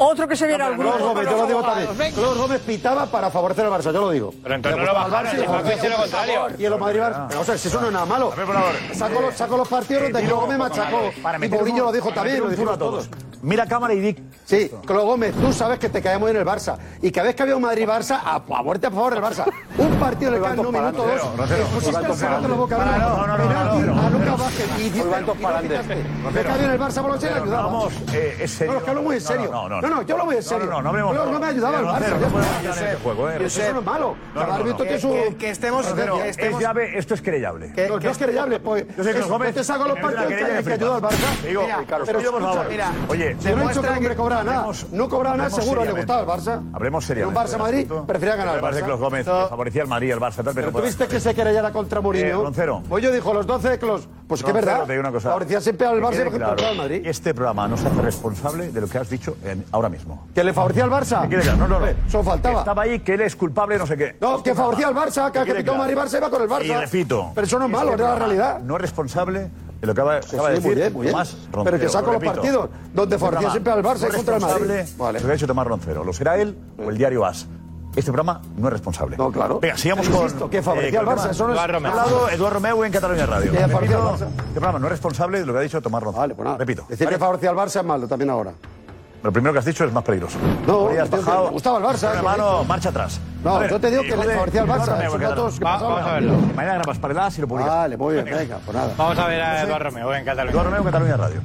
[SPEAKER 16] Otro que se viera al
[SPEAKER 13] Clos Gómez, yo lo digo también.
[SPEAKER 16] Venga.
[SPEAKER 13] Clos Gómez pitaba para favorecer al Barça, yo lo digo. pues
[SPEAKER 21] Pero entonces no lo bajaron, dijo que hice lo contrario.
[SPEAKER 13] Y en los Madrid Barça. Pero, o sea, si eso no es nada malo.
[SPEAKER 6] ver, Ah. por favor.
[SPEAKER 13] Saco los, saco los partidos donde Clos Gómez machacó. Y Mourinho lo dijo también, lo dijimos todos.
[SPEAKER 6] Mira cámara y di...
[SPEAKER 13] Sí, Clo Gómez, tú sabes que te caemos en el Barça. Y cada vez que había un Madrid-Barça, a favor, a favor del Barça. Un partido le ganas, un minuto,
[SPEAKER 6] Rocero,
[SPEAKER 13] dos.
[SPEAKER 6] Rocero.
[SPEAKER 13] te Pusiste el
[SPEAKER 6] Rocero.
[SPEAKER 13] zapato en la boca. No, no, no. A Lucas Vázquez. Y hiciste- y lo quitaste. Te cae bien el Barça por los
[SPEAKER 6] Pero
[SPEAKER 13] ayudaba.
[SPEAKER 6] Vamos, eh, es serio.
[SPEAKER 13] No, es que hablo muy en
[SPEAKER 6] No,
[SPEAKER 13] serio.
[SPEAKER 6] No, no,
[SPEAKER 13] No, no, yo hablo muy en serio.
[SPEAKER 6] No, no, no, hablemos.
[SPEAKER 13] Pero no me ayudaba el
[SPEAKER 6] Pero,
[SPEAKER 13] Barça,
[SPEAKER 6] Rocero,
[SPEAKER 13] ya
[SPEAKER 6] no
[SPEAKER 13] está.
[SPEAKER 6] podemos ganar este juego, eh,
[SPEAKER 13] Pero eso
[SPEAKER 6] Rocero.
[SPEAKER 13] no es malo.
[SPEAKER 6] No, no,
[SPEAKER 13] El árbitro
[SPEAKER 6] no, no.
[SPEAKER 13] que es un-
[SPEAKER 22] Que, que estemos.
[SPEAKER 6] Rocero,
[SPEAKER 22] que
[SPEAKER 6] es
[SPEAKER 22] estemos
[SPEAKER 6] llave, esto es querellable.
[SPEAKER 13] que- que es querellable, pues.
[SPEAKER 6] Yo sé que
[SPEAKER 13] es-
[SPEAKER 6] los Gómez
[SPEAKER 13] te saco los
[SPEAKER 6] en la
[SPEAKER 13] partidos que
[SPEAKER 6] querella
[SPEAKER 13] hay que
[SPEAKER 6] flipa.
[SPEAKER 13] ayudar al Barça.
[SPEAKER 6] Digo,
[SPEAKER 13] Mira,
[SPEAKER 6] Ricardo,
[SPEAKER 13] pero
[SPEAKER 6] escucha,
[SPEAKER 13] escucha,
[SPEAKER 6] por favor.
[SPEAKER 13] mira,
[SPEAKER 6] Oye,
[SPEAKER 13] yo no he dicho que
[SPEAKER 6] demuestra
[SPEAKER 13] el hombre
[SPEAKER 6] que-
[SPEAKER 13] cobraba nada.
[SPEAKER 6] hablemos-
[SPEAKER 13] No cobraba nada,
[SPEAKER 6] hablemos
[SPEAKER 13] seguro le gustaba el
[SPEAKER 6] seriamente.
[SPEAKER 13] Barça.
[SPEAKER 6] Hablemos
[SPEAKER 13] Pero un
[SPEAKER 6] seriamente.
[SPEAKER 13] Barça-Madrid,
[SPEAKER 6] del asunto.
[SPEAKER 13] prefería ganar
[SPEAKER 6] Me
[SPEAKER 13] al
[SPEAKER 6] parece que
[SPEAKER 13] Barça.
[SPEAKER 6] los Gómez
[SPEAKER 13] No.
[SPEAKER 6] que favorecía al Madrid, al Barça, tal, pero,
[SPEAKER 13] Pero
[SPEAKER 6] bueno,
[SPEAKER 13] tuviste que se querellara contra
[SPEAKER 6] Eh,
[SPEAKER 13] Mourinho.
[SPEAKER 6] Roncero.
[SPEAKER 13] Pues yo dijo los 12 de Clos. Pues que es
[SPEAKER 6] Roncero,
[SPEAKER 13] verdad.
[SPEAKER 6] te digo una cosa.
[SPEAKER 13] Favorecía siempre al
[SPEAKER 6] Que
[SPEAKER 13] Barça y
[SPEAKER 6] quede
[SPEAKER 13] lo que
[SPEAKER 6] claro,
[SPEAKER 13] al Madrid.
[SPEAKER 6] Este programa no se hace responsable de lo que has dicho en- ahora mismo.
[SPEAKER 13] Que le favorecía al
[SPEAKER 6] Que
[SPEAKER 13] Barça.
[SPEAKER 6] quede claro, no, no, no.
[SPEAKER 13] Hombre, Solo faltaba.
[SPEAKER 6] Estaba ahí que él es culpable, no sé qué. Este
[SPEAKER 13] No, que favorecía al Barça, que
[SPEAKER 6] Que
[SPEAKER 13] el
[SPEAKER 6] quede
[SPEAKER 13] capitán
[SPEAKER 6] claro.
[SPEAKER 13] Madrid-Barça iba con el Barça.
[SPEAKER 6] Y repito.
[SPEAKER 13] Pero eso no es malo,
[SPEAKER 6] este
[SPEAKER 13] era la
[SPEAKER 6] programa
[SPEAKER 13] realidad.
[SPEAKER 6] No es responsable de lo que acaba,
[SPEAKER 13] Sí,
[SPEAKER 6] acaba de
[SPEAKER 13] sí, muy
[SPEAKER 6] decir
[SPEAKER 13] bien, muy bien.
[SPEAKER 6] Tomás Roncero.
[SPEAKER 13] Pero que saco
[SPEAKER 6] lo
[SPEAKER 13] los
[SPEAKER 6] repito.
[SPEAKER 13] partidos donde
[SPEAKER 6] Este
[SPEAKER 13] favorecía
[SPEAKER 6] programa
[SPEAKER 13] siempre al
[SPEAKER 6] no
[SPEAKER 13] Barça y
[SPEAKER 6] es
[SPEAKER 13] contra el Madrid.
[SPEAKER 6] responsable de Lo que ha hecho Tomás Roncero. Lo será él o el diario AS. Este programa no es responsable.
[SPEAKER 13] No, claro.
[SPEAKER 6] Venga, sigamos
[SPEAKER 13] Pero
[SPEAKER 6] con.
[SPEAKER 13] insisto, que favorecía
[SPEAKER 6] eh, con
[SPEAKER 13] al
[SPEAKER 6] el
[SPEAKER 13] Barça,
[SPEAKER 6] tema.
[SPEAKER 13] eso no es-
[SPEAKER 6] Eduardo Romeu.
[SPEAKER 13] Ha hablado
[SPEAKER 6] Eduardo Romeu en Cataluña Radio.
[SPEAKER 13] Que favorecía al
[SPEAKER 6] Repito,
[SPEAKER 13] Barça.
[SPEAKER 6] Este programa no es responsable de lo que ha dicho Tomás Roncero.
[SPEAKER 13] Vale, pues nada.
[SPEAKER 6] Repito.
[SPEAKER 13] Decir que favorecía al Barça es malo también ahora.
[SPEAKER 6] Lo primero que has dicho es más peligroso.
[SPEAKER 13] No,
[SPEAKER 6] Ahora ya has
[SPEAKER 13] yo te-
[SPEAKER 6] bajado.
[SPEAKER 13] me gustaba el Barça,
[SPEAKER 6] Pero,
[SPEAKER 13] eh,
[SPEAKER 6] Hermano,
[SPEAKER 13] correcto.
[SPEAKER 6] marcha atrás.
[SPEAKER 13] No,
[SPEAKER 6] A ver,
[SPEAKER 13] yo te digo que
[SPEAKER 6] hijo
[SPEAKER 13] le
[SPEAKER 6] de-
[SPEAKER 13] favorecía al Barça,
[SPEAKER 6] Eduardo Romeu,
[SPEAKER 13] esos
[SPEAKER 6] que tal.
[SPEAKER 13] datos que
[SPEAKER 6] Va-
[SPEAKER 13] pasaban.
[SPEAKER 6] Vamos a verlo. Mañana grabas para el AS y lo publicas.
[SPEAKER 13] Vale, muy bien, venga, pues nada.
[SPEAKER 21] Vamos a ver a Eduardo Romeo en
[SPEAKER 6] Eduardo
[SPEAKER 21] Cataluña.
[SPEAKER 6] Romeu, Catalunya Radio.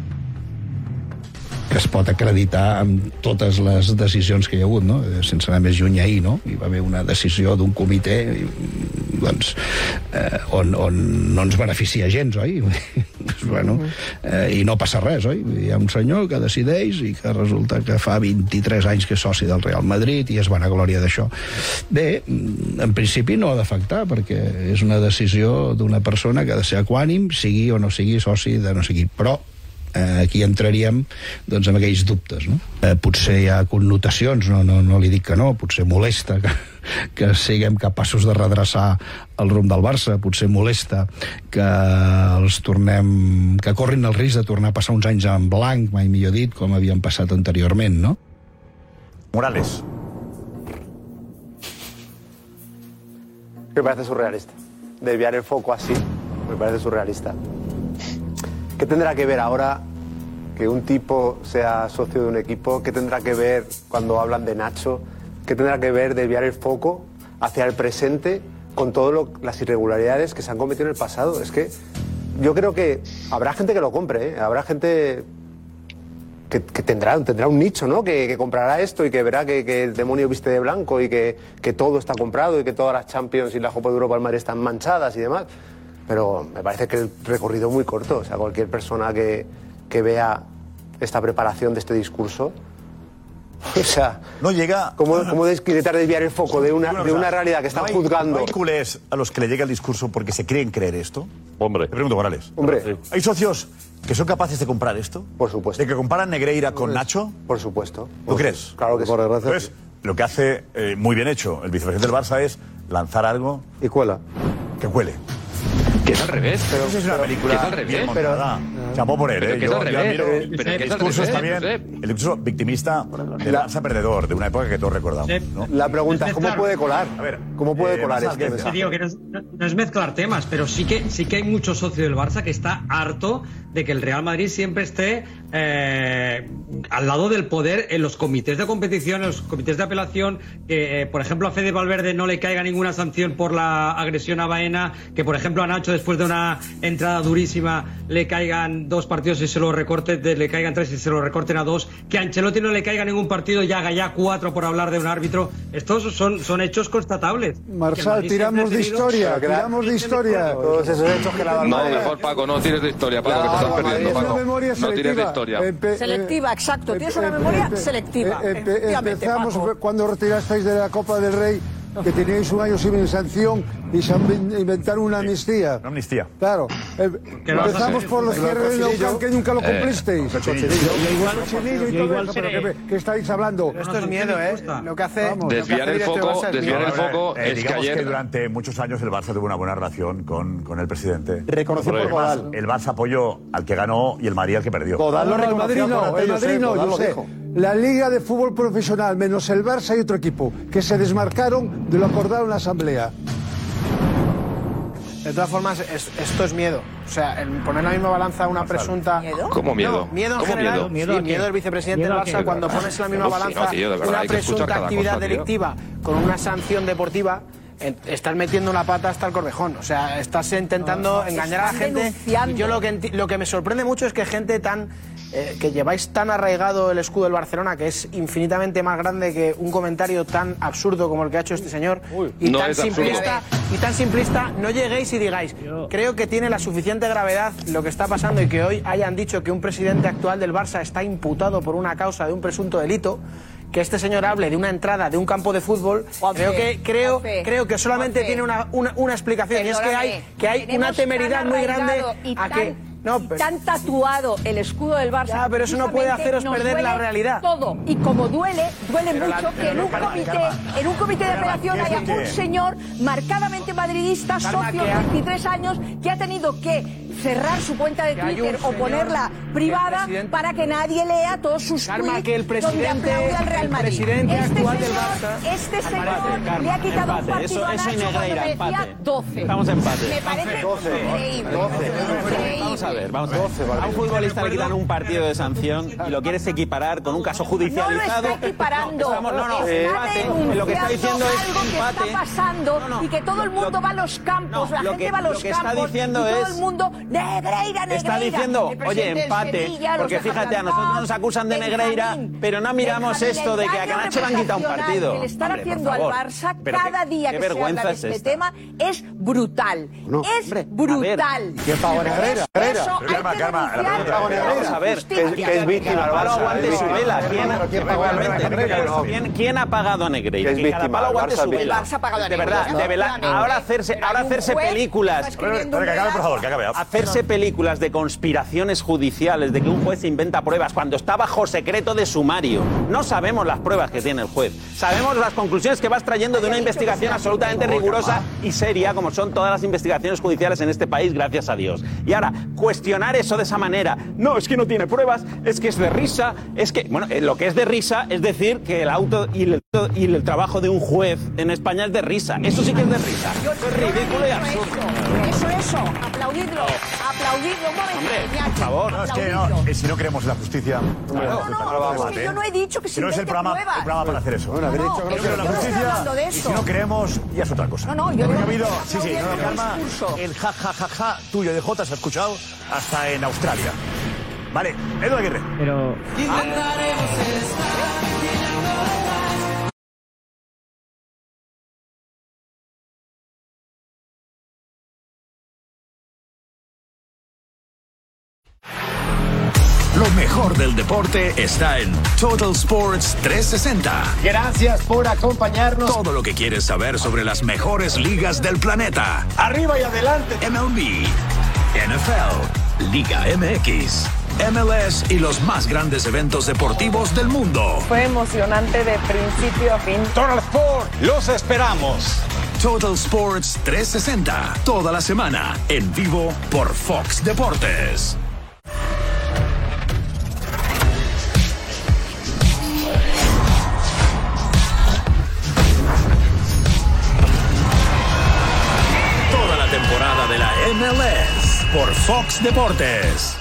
[SPEAKER 5] que es pot acreditar amb totes les decisions que hi ha hagut, no? Eh, sense anar més lluny ahir, no? hi va haver una decisió d'un comitè i, mm, doncs, eh, on, on no ens beneficia gens, oi? Doncs, bueno, eh, I no passa res, oi? Hi ha un senyor que decideix i que resulta que fa 23 anys que és soci del Real Madrid i es van a glòria d'això. Bé, mm, en principi no ha d'afectar, perquè és una decisió d'una persona que ha de ser equànim, sigui o no sigui soci de no sé qui, però eh, aquí entraríem doncs, en aquells dubtes. No? Eh, potser hi ha connotacions, no, no, no li dic que no, potser molesta que, que siguem capaços de redreçar el rumb del Barça, potser molesta que els tornem, que corrin el risc de tornar a passar uns anys en blanc, mai millor dit, com havien passat anteriorment, no?
[SPEAKER 6] Morales.
[SPEAKER 13] Me parece surrealista. Desviar el foco así, me parece surrealista. ¿Qué tendrá que ver ahora que un tipo sea socio de un equipo? ¿Qué tendrá que ver cuando hablan de Nacho? ¿Qué tendrá que ver desviar el foco hacia el presente con todas las irregularidades que se han cometido en el pasado? Es que yo creo que habrá gente que lo compre, ¿eh? habrá gente que, que tendrá, tendrá un nicho, ¿no? Que, que comprará esto y que verá que, que el demonio viste de blanco y que, que todo está comprado y que todas las Champions y la Copa de Europa del Madrid están manchadas y demás. Pero me parece que el recorrido es muy corto. O sea, cualquier persona que, que vea esta preparación de este discurso. O sea,
[SPEAKER 6] no llega.
[SPEAKER 13] ¿Cómo, cómo des- intentar desviar el foco de una, de una realidad que están
[SPEAKER 6] está
[SPEAKER 13] juzgando?
[SPEAKER 6] ¿Hay culés a los que le llega el discurso porque se creen creer esto?
[SPEAKER 19] Hombre.
[SPEAKER 6] Te pregunto, Morales.
[SPEAKER 13] Hombre,
[SPEAKER 6] ¿Hay socios que son capaces de comprar esto?
[SPEAKER 13] por supuesto.
[SPEAKER 6] ¿De que comparan Negreira con Nacho?
[SPEAKER 13] Por supuesto.
[SPEAKER 6] ¿Tú
[SPEAKER 4] Pues,
[SPEAKER 6] crees?
[SPEAKER 13] Claro que sí.
[SPEAKER 6] Entonces, lo que hace eh, muy bien hecho el vicepresidente del Barça es lanzar algo
[SPEAKER 13] Y cuela.
[SPEAKER 6] que cuele.
[SPEAKER 15] Que es al revés.
[SPEAKER 6] Pero, es una película
[SPEAKER 15] que es al revés.
[SPEAKER 6] bien montada. Chapó por él,
[SPEAKER 15] Pero
[SPEAKER 6] ¿eh?
[SPEAKER 15] que es
[SPEAKER 6] Yo-
[SPEAKER 15] al
[SPEAKER 6] yo
[SPEAKER 15] revés.
[SPEAKER 6] admiro
[SPEAKER 15] Pero que es
[SPEAKER 6] el
[SPEAKER 15] al
[SPEAKER 6] discurso está
[SPEAKER 15] revés,
[SPEAKER 6] bien. El discurso victimista del Barça perdedor, de una época que todos recordamos. ¿no?
[SPEAKER 13] La pregunta es, ¿cómo
[SPEAKER 12] Claro.
[SPEAKER 13] puede colar?
[SPEAKER 12] A
[SPEAKER 6] ver,
[SPEAKER 13] ¿Cómo puede
[SPEAKER 12] Eh,
[SPEAKER 13] colar
[SPEAKER 12] más
[SPEAKER 13] este
[SPEAKER 12] audiencia.
[SPEAKER 13] mensaje?
[SPEAKER 12] Digo que no es, no- no es mezclar temas, pero sí que sí que hay mucho socio del Barça que está harto de que el Real Madrid siempre esté eh, al lado del poder en los comités de competición, en los comités de apelación, que eh, por ejemplo a Fede Valverde no le caiga ninguna sanción por la agresión a Baena, que por ejemplo a Nacho después de una entrada durísima le caigan dos partidos y se lo recorten, de- le caigan tres y se lo recorten a dos, que a Ancelotti no le caiga ningún partido y haga ya cuatro por hablar de un árbitro. Estos son, son hechos constatables.
[SPEAKER 4] Marsal, tiramos de historia, tiramos de historia.
[SPEAKER 13] Todos esos hechos que la
[SPEAKER 15] No,
[SPEAKER 13] Madrid-
[SPEAKER 15] mejor Paco, no tires de historia, Paco, que te estás perdiendo,
[SPEAKER 4] Es una
[SPEAKER 15] Paco.
[SPEAKER 4] memoria
[SPEAKER 15] No tires de
[SPEAKER 4] selectiva.
[SPEAKER 15] historia.
[SPEAKER 6] Eh,
[SPEAKER 4] Empe-
[SPEAKER 16] Selectiva, exacto. Tienes una
[SPEAKER 4] empe-
[SPEAKER 16] memoria
[SPEAKER 4] empe-
[SPEAKER 16] selectiva.
[SPEAKER 4] eh, empe-
[SPEAKER 16] Efectivamente,
[SPEAKER 4] empezamos
[SPEAKER 16] Paco.
[SPEAKER 4] fue cuando retirasteis de la Copa del Rey, que teníais un año sin sanción y se han vin- inventaron una amnistía. Una
[SPEAKER 6] amnistía.
[SPEAKER 4] Claro. Eh,
[SPEAKER 6] lo vas a
[SPEAKER 4] empezamos
[SPEAKER 6] hacer?
[SPEAKER 4] por los
[SPEAKER 6] Lo del
[SPEAKER 4] cierres de
[SPEAKER 6] cochinillo.
[SPEAKER 4] Neucamp, que nunca lo
[SPEAKER 6] Eh,
[SPEAKER 4] cumplisteis.
[SPEAKER 6] el cochinillo.
[SPEAKER 4] Y igual, cochinillo y
[SPEAKER 6] y
[SPEAKER 4] todo
[SPEAKER 6] igual
[SPEAKER 4] eso,
[SPEAKER 6] se-
[SPEAKER 4] pero ¿qué, qué estáis hablando?
[SPEAKER 1] Esto es miedo, ¿eh? Lo que hace. lo que
[SPEAKER 15] Desviar
[SPEAKER 1] hace
[SPEAKER 15] el
[SPEAKER 1] directo
[SPEAKER 15] foco,
[SPEAKER 1] Barça es
[SPEAKER 15] desviar
[SPEAKER 1] miedo.
[SPEAKER 15] el foco
[SPEAKER 6] Eh,
[SPEAKER 15] es que
[SPEAKER 6] digamos que,
[SPEAKER 15] ayer
[SPEAKER 6] durante muchos años el Barça tuvo una buena relación con, con el presidente.
[SPEAKER 13] Reconoció por
[SPEAKER 6] Es más,
[SPEAKER 13] Godal.
[SPEAKER 6] El Barça apoyó al que ganó y el Madrid al que perdió.
[SPEAKER 4] No, no, el Madrid no, el Madrid no, yo sé. La Liga de Fútbol Profesional, menos el Barça y otro equipo, que se desmarcaron de lo acordado en la Asamblea.
[SPEAKER 1] De todas formas, es- esto es miedo. O sea, el poner en la misma balanza una presunta. ¿Miedo?
[SPEAKER 15] ¿Cómo miedo?
[SPEAKER 1] No, miedo en
[SPEAKER 15] ¿Cómo
[SPEAKER 1] general.
[SPEAKER 15] miedo?
[SPEAKER 1] Sí,
[SPEAKER 15] ¿Miedo a
[SPEAKER 1] Miedo,
[SPEAKER 15] qué?
[SPEAKER 1] del vicepresidente
[SPEAKER 15] ¿Miedo a
[SPEAKER 1] del
[SPEAKER 15] qué?
[SPEAKER 1] Barça cuando pones en la misma
[SPEAKER 15] No, sí, no,
[SPEAKER 1] balanza
[SPEAKER 15] tío, de verdad,
[SPEAKER 1] una
[SPEAKER 15] hay que escuchar
[SPEAKER 1] presunta
[SPEAKER 15] cada
[SPEAKER 1] actividad
[SPEAKER 15] cosa, tío.
[SPEAKER 1] delictiva con una sanción deportiva. en- Estás metiendo la pata hasta el corvejón, o sea, estás intentando
[SPEAKER 16] no, se
[SPEAKER 1] engañar a la
[SPEAKER 16] están
[SPEAKER 1] gente.
[SPEAKER 16] denunciando.
[SPEAKER 1] Y Yo lo que, enti- lo que me sorprende mucho es que gente tan eh, que lleváis tan arraigado el escudo del Barcelona, que es infinitamente más grande que un comentario tan absurdo como el que ha hecho este señor, y
[SPEAKER 15] No
[SPEAKER 1] tan
[SPEAKER 15] es absurdo.
[SPEAKER 1] simplista, y tan simplista, no lleguéis y digáis, creo que tiene la suficiente gravedad lo que está pasando y que hoy hayan dicho que un presidente actual del Barça está imputado por una causa de un presunto delito. Que este señor hable de una entrada de un campo de fútbol,
[SPEAKER 16] Juanfe,
[SPEAKER 1] creo que, creo,
[SPEAKER 16] Juanfe,
[SPEAKER 1] creo que solamente
[SPEAKER 16] Juanfe.
[SPEAKER 1] tiene una, una, una explicación, y es que hay,
[SPEAKER 16] Perdóname,
[SPEAKER 1] que hay una
[SPEAKER 16] tenemos
[SPEAKER 1] temeridad
[SPEAKER 16] tan
[SPEAKER 1] muy grande
[SPEAKER 16] arraigado y
[SPEAKER 1] a
[SPEAKER 16] tan-
[SPEAKER 1] que. No,
[SPEAKER 16] y
[SPEAKER 1] pero-
[SPEAKER 16] tan tatuado el escudo del Barça.
[SPEAKER 1] Ya, pero eso no puede
[SPEAKER 16] precisamente
[SPEAKER 1] haceros
[SPEAKER 16] nos
[SPEAKER 1] perder la
[SPEAKER 16] duele
[SPEAKER 1] realidad.
[SPEAKER 16] Todo. Y como duele, duele
[SPEAKER 1] Pero la-
[SPEAKER 16] mucho que
[SPEAKER 1] pero
[SPEAKER 16] en un,
[SPEAKER 1] Karma,
[SPEAKER 16] comité,
[SPEAKER 1] Karma.
[SPEAKER 16] en un comité de
[SPEAKER 1] Karma,
[SPEAKER 16] apelación
[SPEAKER 1] ¿qué es
[SPEAKER 16] haya
[SPEAKER 1] lo que-
[SPEAKER 16] un señor marcadamente madridista,
[SPEAKER 1] Karma,
[SPEAKER 16] socio
[SPEAKER 1] que
[SPEAKER 16] de
[SPEAKER 1] ha-
[SPEAKER 16] 23 años, que ha tenido que cerrar su cuenta de
[SPEAKER 1] Que hay un
[SPEAKER 16] Twitter o
[SPEAKER 1] señor
[SPEAKER 16] ponerla
[SPEAKER 1] que el
[SPEAKER 16] privada
[SPEAKER 1] presidente-
[SPEAKER 16] para que nadie lea todos sus
[SPEAKER 1] Karma,
[SPEAKER 16] tweets
[SPEAKER 1] que el presidente-
[SPEAKER 16] donde aplaude al Real
[SPEAKER 1] el
[SPEAKER 16] Madrid.
[SPEAKER 1] presidente
[SPEAKER 16] este
[SPEAKER 1] actual del
[SPEAKER 16] señor,
[SPEAKER 1] Barça-
[SPEAKER 16] este señor
[SPEAKER 1] Empate, Karma,
[SPEAKER 16] le ha quitado un
[SPEAKER 1] empate.
[SPEAKER 16] partido
[SPEAKER 1] Eso-
[SPEAKER 16] a
[SPEAKER 1] eso
[SPEAKER 16] Nacho
[SPEAKER 1] y
[SPEAKER 16] cuando
[SPEAKER 1] Negreira,
[SPEAKER 16] le decía
[SPEAKER 1] empate.
[SPEAKER 16] 12.
[SPEAKER 18] Estamos empate.
[SPEAKER 16] Me parece
[SPEAKER 18] 12.
[SPEAKER 16] increíble.
[SPEAKER 18] 12. Vamos a ver, vamos a ver. A un futbolista le quitan un partido de sanción y lo quieres equiparar con un caso
[SPEAKER 16] No lo
[SPEAKER 18] judicializado.
[SPEAKER 16] está equiparando.
[SPEAKER 18] Estamos- no, no,
[SPEAKER 16] Está
[SPEAKER 18] empate.
[SPEAKER 16] denunciando
[SPEAKER 18] Lo que está diciendo es
[SPEAKER 16] algo que
[SPEAKER 18] empate.
[SPEAKER 16] está pasando y que todo el
[SPEAKER 18] lo-
[SPEAKER 16] mundo va a los campos,
[SPEAKER 18] no,
[SPEAKER 16] la
[SPEAKER 18] lo
[SPEAKER 16] gente
[SPEAKER 18] que-
[SPEAKER 16] va a los
[SPEAKER 18] lo que está
[SPEAKER 16] campos
[SPEAKER 18] diciendo
[SPEAKER 16] y todo
[SPEAKER 18] es-
[SPEAKER 16] el mundo Negreira, Negreira.
[SPEAKER 18] Está diciendo,
[SPEAKER 16] El presidente
[SPEAKER 18] oye,
[SPEAKER 16] del
[SPEAKER 18] empate,
[SPEAKER 16] Sevilla los
[SPEAKER 18] porque
[SPEAKER 16] deja
[SPEAKER 18] fíjate, a
[SPEAKER 16] plantados.
[SPEAKER 18] nosotros nos acusan de
[SPEAKER 16] Benjamín,
[SPEAKER 18] Negreira, pero no miramos
[SPEAKER 16] Benjamín,
[SPEAKER 18] esto de que a
[SPEAKER 16] engaño
[SPEAKER 18] Canacho le han quitado un
[SPEAKER 16] reputacional
[SPEAKER 18] partido.
[SPEAKER 16] que le están
[SPEAKER 18] Hombre, por
[SPEAKER 16] haciendo al
[SPEAKER 18] favor.
[SPEAKER 16] Barça
[SPEAKER 18] Pero
[SPEAKER 16] cada
[SPEAKER 18] qué-
[SPEAKER 16] día
[SPEAKER 18] qué
[SPEAKER 16] que se
[SPEAKER 18] vergüenza
[SPEAKER 16] habla de
[SPEAKER 18] es
[SPEAKER 16] este
[SPEAKER 18] esta.
[SPEAKER 16] tema es brutal.
[SPEAKER 18] No,
[SPEAKER 16] es
[SPEAKER 18] hombre, a ver,
[SPEAKER 16] brutal.
[SPEAKER 18] ¿qué pago Negreira?
[SPEAKER 16] Eso
[SPEAKER 18] Negreira.
[SPEAKER 16] hay
[SPEAKER 18] Calma,
[SPEAKER 16] que
[SPEAKER 18] calma, la pregunta
[SPEAKER 16] denunciarlo.
[SPEAKER 18] es- Vamos a ver,
[SPEAKER 16] Justicia.
[SPEAKER 18] que es- que es víctima, Palo Barça, aguante es su víctima. vela. ¿Quién- Pero ¿quién pagó al realmente? Barça? Pero ¿quién- ¿Quién ha pagado a Negreira? Es Que cada víctima, palo el aguante Barça su es vela. víctima.
[SPEAKER 16] De
[SPEAKER 18] verdad, de verdad. Ahora hacerse, ahora hacerse películas.
[SPEAKER 6] Espera, que acabe, por favor, que acabe.
[SPEAKER 18] Hacerse películas de conspiraciones judiciales, de que un juez inventa pruebas cuando está bajo secreto de sumario. No sabemos las pruebas que tiene el juez. Sabemos las conclusiones que vas trayendo de una investigación absolutamente rigurosa y seria, como son todas las investigaciones judiciales en este país, gracias a Dios. Y ahora, cuestionar eso de esa manera, no, es que no tiene pruebas, es que es de risa, es que. Bueno, eh, lo que es de risa es decir que el auto y el, y el trabajo de un juez en España es de risa. Eso sí que es de risa. Eso es ridículo y absurdo.
[SPEAKER 16] Eso, eso, aplaudidlo, aplaudidlo, un momento, Iñaki,
[SPEAKER 6] Por favor. No, es que no,
[SPEAKER 16] aplaudidlo.
[SPEAKER 6] eh, si no queremos la justicia.
[SPEAKER 16] No, no,
[SPEAKER 6] pues,
[SPEAKER 16] no, es que yo no he dicho que
[SPEAKER 6] ¿eh? Si
[SPEAKER 16] se
[SPEAKER 6] no es el
[SPEAKER 16] inventen
[SPEAKER 6] programa, el
[SPEAKER 16] pruebas.
[SPEAKER 6] programa para hacer eso.
[SPEAKER 16] Bueno, haber No, dicho que no
[SPEAKER 6] Yo
[SPEAKER 16] pero
[SPEAKER 6] creo
[SPEAKER 16] yo
[SPEAKER 6] en
[SPEAKER 16] no
[SPEAKER 6] la
[SPEAKER 16] estoy
[SPEAKER 6] justicia.
[SPEAKER 16] hablando de
[SPEAKER 6] y
[SPEAKER 16] eso.
[SPEAKER 6] si no creemos, ya es otra cosa.
[SPEAKER 16] No, no, yo
[SPEAKER 6] Porque
[SPEAKER 16] digo
[SPEAKER 6] ha habido,
[SPEAKER 16] que
[SPEAKER 6] sí, sí,
[SPEAKER 16] aplaudiendo
[SPEAKER 6] no,
[SPEAKER 16] el
[SPEAKER 6] calma.
[SPEAKER 16] discurso.
[SPEAKER 6] El ja, ja, ja, ja tuyo de J se ha escuchado hasta en Australia. Vale, Edu Aguirre.
[SPEAKER 20] Pero
[SPEAKER 9] Lo mejor del deporte está en Total Sports 360.
[SPEAKER 5] Gracias por acompañarnos.
[SPEAKER 9] Todo lo que quieres saber sobre las mejores ligas del planeta.
[SPEAKER 5] Arriba y adelante.
[SPEAKER 9] MLB, NFL, Liga MX, MLS y los más grandes eventos deportivos del mundo.
[SPEAKER 10] Fue emocionante de principio a fin.
[SPEAKER 9] Total Sport, los esperamos. Total Sports 360, toda la semana, en vivo por Fox Deportes. Toda la temporada de la MLS por Fox Deportes.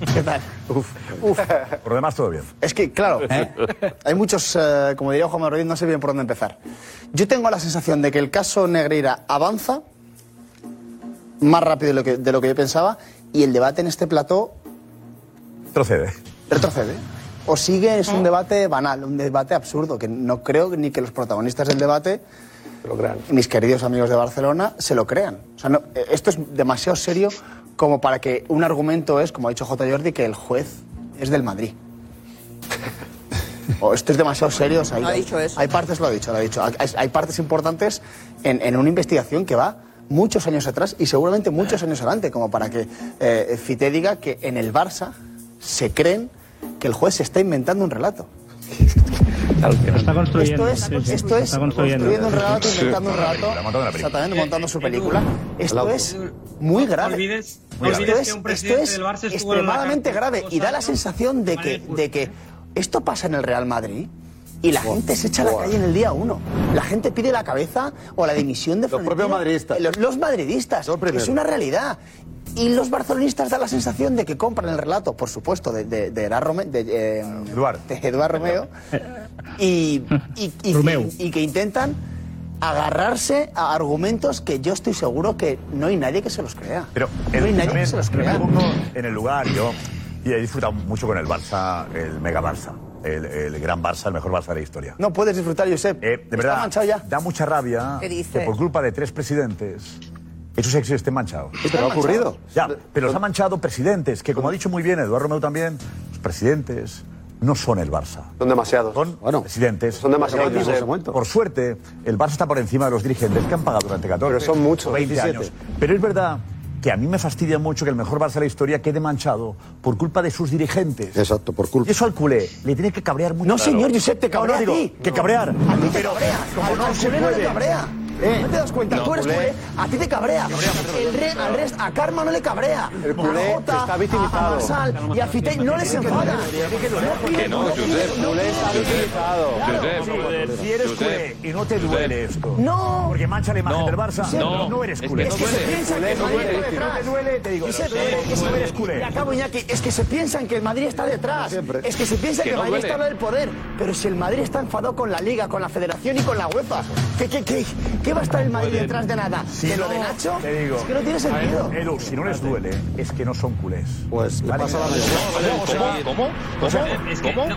[SPEAKER 11] ¿Qué tal? Uf, uf.
[SPEAKER 6] Por lo demás, todo bien.
[SPEAKER 11] Es que, claro, ¿eh? hay muchos, eh, como diría Juan Rodríguez, no sé bien por dónde empezar. Yo tengo la sensación de que el caso Negreira avanza más rápido de lo que, de lo que yo pensaba y el debate en este plató
[SPEAKER 6] Procede.
[SPEAKER 11] retrocede. O sigue, es un debate banal, un debate absurdo, que no creo ni que los protagonistas del debate, mis queridos amigos de Barcelona, se lo crean. O sea, no, eh, esto es demasiado serio como para que un argumento es, como ha dicho J. Jordi, que el juez es del Madrid. O Oh, esto es demasiado serio. o sea,
[SPEAKER 16] No ha
[SPEAKER 11] hay,
[SPEAKER 16] dicho eso.
[SPEAKER 11] hay partes, lo ha dicho, lo ha dicho. Hay, hay partes importantes en, en una investigación que va muchos años atrás y seguramente muchos años adelante, como para que eh, Fite diga que en el Barça se creen que el juez se está inventando un relato.
[SPEAKER 20] Lo está construyendo.
[SPEAKER 11] Esto
[SPEAKER 20] Sí,
[SPEAKER 11] es,
[SPEAKER 20] sí,
[SPEAKER 11] esto
[SPEAKER 20] lo
[SPEAKER 11] es
[SPEAKER 20] está construyendo.
[SPEAKER 11] un relato,
[SPEAKER 20] Sí.
[SPEAKER 11] inventando un relato,
[SPEAKER 20] La montando la película.
[SPEAKER 11] exactamente, montando
[SPEAKER 12] Eh,
[SPEAKER 11] su película. Esto es muy grave.
[SPEAKER 12] olvides-
[SPEAKER 11] Muy grave.
[SPEAKER 12] olvides que un
[SPEAKER 11] esto
[SPEAKER 12] presidente
[SPEAKER 11] es
[SPEAKER 12] del Barça estuvo en la
[SPEAKER 11] extremadamente
[SPEAKER 12] cárcel
[SPEAKER 11] grave y da la sensación de que, de que esto pasa en el Real Madrid y la gente se echa a la calle en el día uno. La gente pide la cabeza o la dimisión de Los propios madridistas. Los, los madridistas. es una realidad. Y los barcelonistas da la sensación de que compran el relato, por supuesto, de, de, de, Era Rome- de, eh, de Eduard Romeo y, y- y- y que intentan agarrarse a argumentos que yo estoy seguro que no hay nadie que se los crea.
[SPEAKER 6] Pero
[SPEAKER 11] No hay nadie
[SPEAKER 6] también
[SPEAKER 11] que se los
[SPEAKER 6] me
[SPEAKER 11] crea.
[SPEAKER 6] pongo en el lugar, yo y he disfrutado mucho con el Barça, el mega Barça, el, el gran Barça, el mejor Barça de la historia.
[SPEAKER 11] No puedes disfrutar, Josep.
[SPEAKER 6] eh, de verdad, da mucha rabia
[SPEAKER 11] ¿Qué dices?
[SPEAKER 6] que por culpa de tres presidentes esos sexos estén manchados.
[SPEAKER 11] pero ha ocurrido.
[SPEAKER 6] Ya, pero los han manchado presidentes, que como ha dicho muy bien Eduardo Romeo también, los presidentes no son el Barça.
[SPEAKER 13] Son demasiados.
[SPEAKER 6] Son presidentes.
[SPEAKER 13] son demasiados,
[SPEAKER 6] Por
[SPEAKER 13] Josep.
[SPEAKER 6] suerte, Por suerte, el Barça está por encima de los dirigentes que han pagado durante 14
[SPEAKER 13] Pero son muchos,
[SPEAKER 6] o 20 años.
[SPEAKER 13] 17.
[SPEAKER 6] Pero es verdad que a mí me fastidia mucho que el mejor Barça de la historia quede manchado por culpa de sus dirigentes.
[SPEAKER 1] Exacto, por culpa.
[SPEAKER 6] Y eso al culé le tiene que cabrear mucho.
[SPEAKER 11] No, señor, Josep, te cabrea
[SPEAKER 6] No, no,
[SPEAKER 11] a
[SPEAKER 6] digo,
[SPEAKER 11] ti.
[SPEAKER 6] Que cabrear.
[SPEAKER 11] A ti te
[SPEAKER 6] Pero
[SPEAKER 11] cabrea.
[SPEAKER 6] como
[SPEAKER 11] Al-
[SPEAKER 6] no
[SPEAKER 11] al
[SPEAKER 6] se
[SPEAKER 11] culé no
[SPEAKER 6] puede.
[SPEAKER 11] le cabrea.
[SPEAKER 6] Eh.
[SPEAKER 11] No te das cuenta,
[SPEAKER 6] No,
[SPEAKER 11] tú eres
[SPEAKER 6] culé.
[SPEAKER 11] culé, a ti te cabrea. El re, al rest, a Karma no le cabrea.
[SPEAKER 13] El culé
[SPEAKER 11] a Jota,
[SPEAKER 13] está
[SPEAKER 11] a-
[SPEAKER 13] victimizado.
[SPEAKER 11] A Marsal y a Fitei no les enfada.
[SPEAKER 17] Que no, Josep.
[SPEAKER 6] Josep, Si eres culé y no te duele esto.
[SPEAKER 11] No.
[SPEAKER 6] Porque mancha la imagen
[SPEAKER 17] No.
[SPEAKER 6] del Barça.
[SPEAKER 17] No.
[SPEAKER 6] No eres
[SPEAKER 17] Es que
[SPEAKER 6] culé.
[SPEAKER 17] no Es que se duele. piensa
[SPEAKER 11] Piensan que el Madrid está detrás. Josep, es que-
[SPEAKER 6] eres culé.
[SPEAKER 11] y acabo, Iñaki. Es que se piensan que el Madrid está detrás. Es que se piensa
[SPEAKER 6] Que
[SPEAKER 11] que el
[SPEAKER 6] no
[SPEAKER 11] Madrid
[SPEAKER 6] duele.
[SPEAKER 11] está en el poder. Pero si el Madrid está enfadado con la Liga, con la Federación y con la UEFA, ¿qué, qué, qué, qué va a estar el Madrid detrás de nada?
[SPEAKER 6] Si
[SPEAKER 11] ¿De lo
[SPEAKER 6] no,
[SPEAKER 11] de Nacho?
[SPEAKER 6] Te digo.
[SPEAKER 11] Es que no tiene sentido.
[SPEAKER 6] Edu, si no les duele, es que no son culés. Pues
[SPEAKER 1] le pasa la
[SPEAKER 6] ¿Cómo? ¿Cómo? ¿Cómo?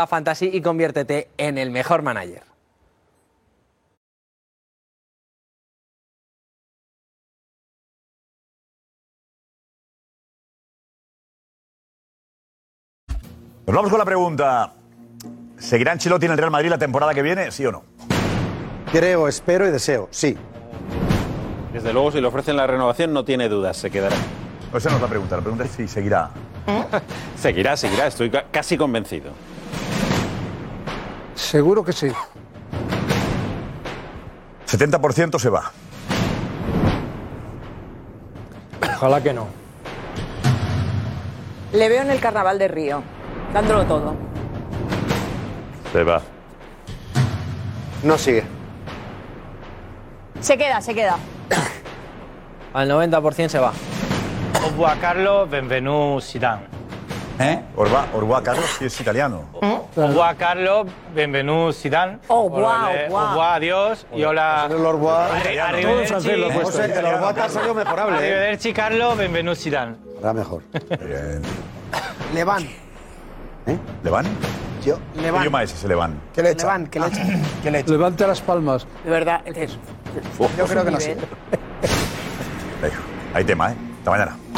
[SPEAKER 8] Fantasy y conviértete en el mejor manager.
[SPEAKER 6] Nos vamos con la pregunta. ¿Seguirá Ancelotti en el Real Madrid la temporada que viene? ¿Sí o no?
[SPEAKER 1] Creo, espero y deseo, sí.
[SPEAKER 18] Desde luego, si le ofrecen la renovación, no tiene dudas, se quedará.
[SPEAKER 6] Esa no es la pregunta, la pregunta es si seguirá.
[SPEAKER 18] Seguirá, seguirá, estoy ca- casi convencido.
[SPEAKER 4] Seguro que sí.
[SPEAKER 6] 70% se va.
[SPEAKER 23] Ojalá Ah, que no.
[SPEAKER 16] Le veo en el carnaval de Río, dándolo todo.
[SPEAKER 24] Se va.
[SPEAKER 13] No sigue.
[SPEAKER 16] Se queda, se queda.
[SPEAKER 8] Al 90% se va.
[SPEAKER 21] Obua Carlo, Benvenu Zidane.
[SPEAKER 6] ¿Eh? Orba, Orba Carlos, si es italiano.
[SPEAKER 21] Obua Carlo, Benvenu Zidane.
[SPEAKER 6] Obua,
[SPEAKER 21] Ole,
[SPEAKER 6] obua.
[SPEAKER 21] Obua, adiós. Y hola.
[SPEAKER 1] El Orboa.
[SPEAKER 21] Arri-
[SPEAKER 1] Todo en
[SPEAKER 21] Arrivederci.
[SPEAKER 1] francés lo he puesto. José, el Orboa te ha salido mejorable, ¿eh?
[SPEAKER 21] Arrivederci, Carlo, Benvenu Zidane.
[SPEAKER 1] Era mejor.
[SPEAKER 6] Bien.
[SPEAKER 11] Le van.
[SPEAKER 6] ¿Le van? Yo, Levant. Yo maese se le van.
[SPEAKER 11] ¿Qué le echa? Levant, ¿qué le echa? ¿Qué le echa?
[SPEAKER 25] Levanta las palmas.
[SPEAKER 8] De verdad, es
[SPEAKER 11] Yo creo que no sé.
[SPEAKER 6] Ahí tema, ¿eh? Hasta mañana.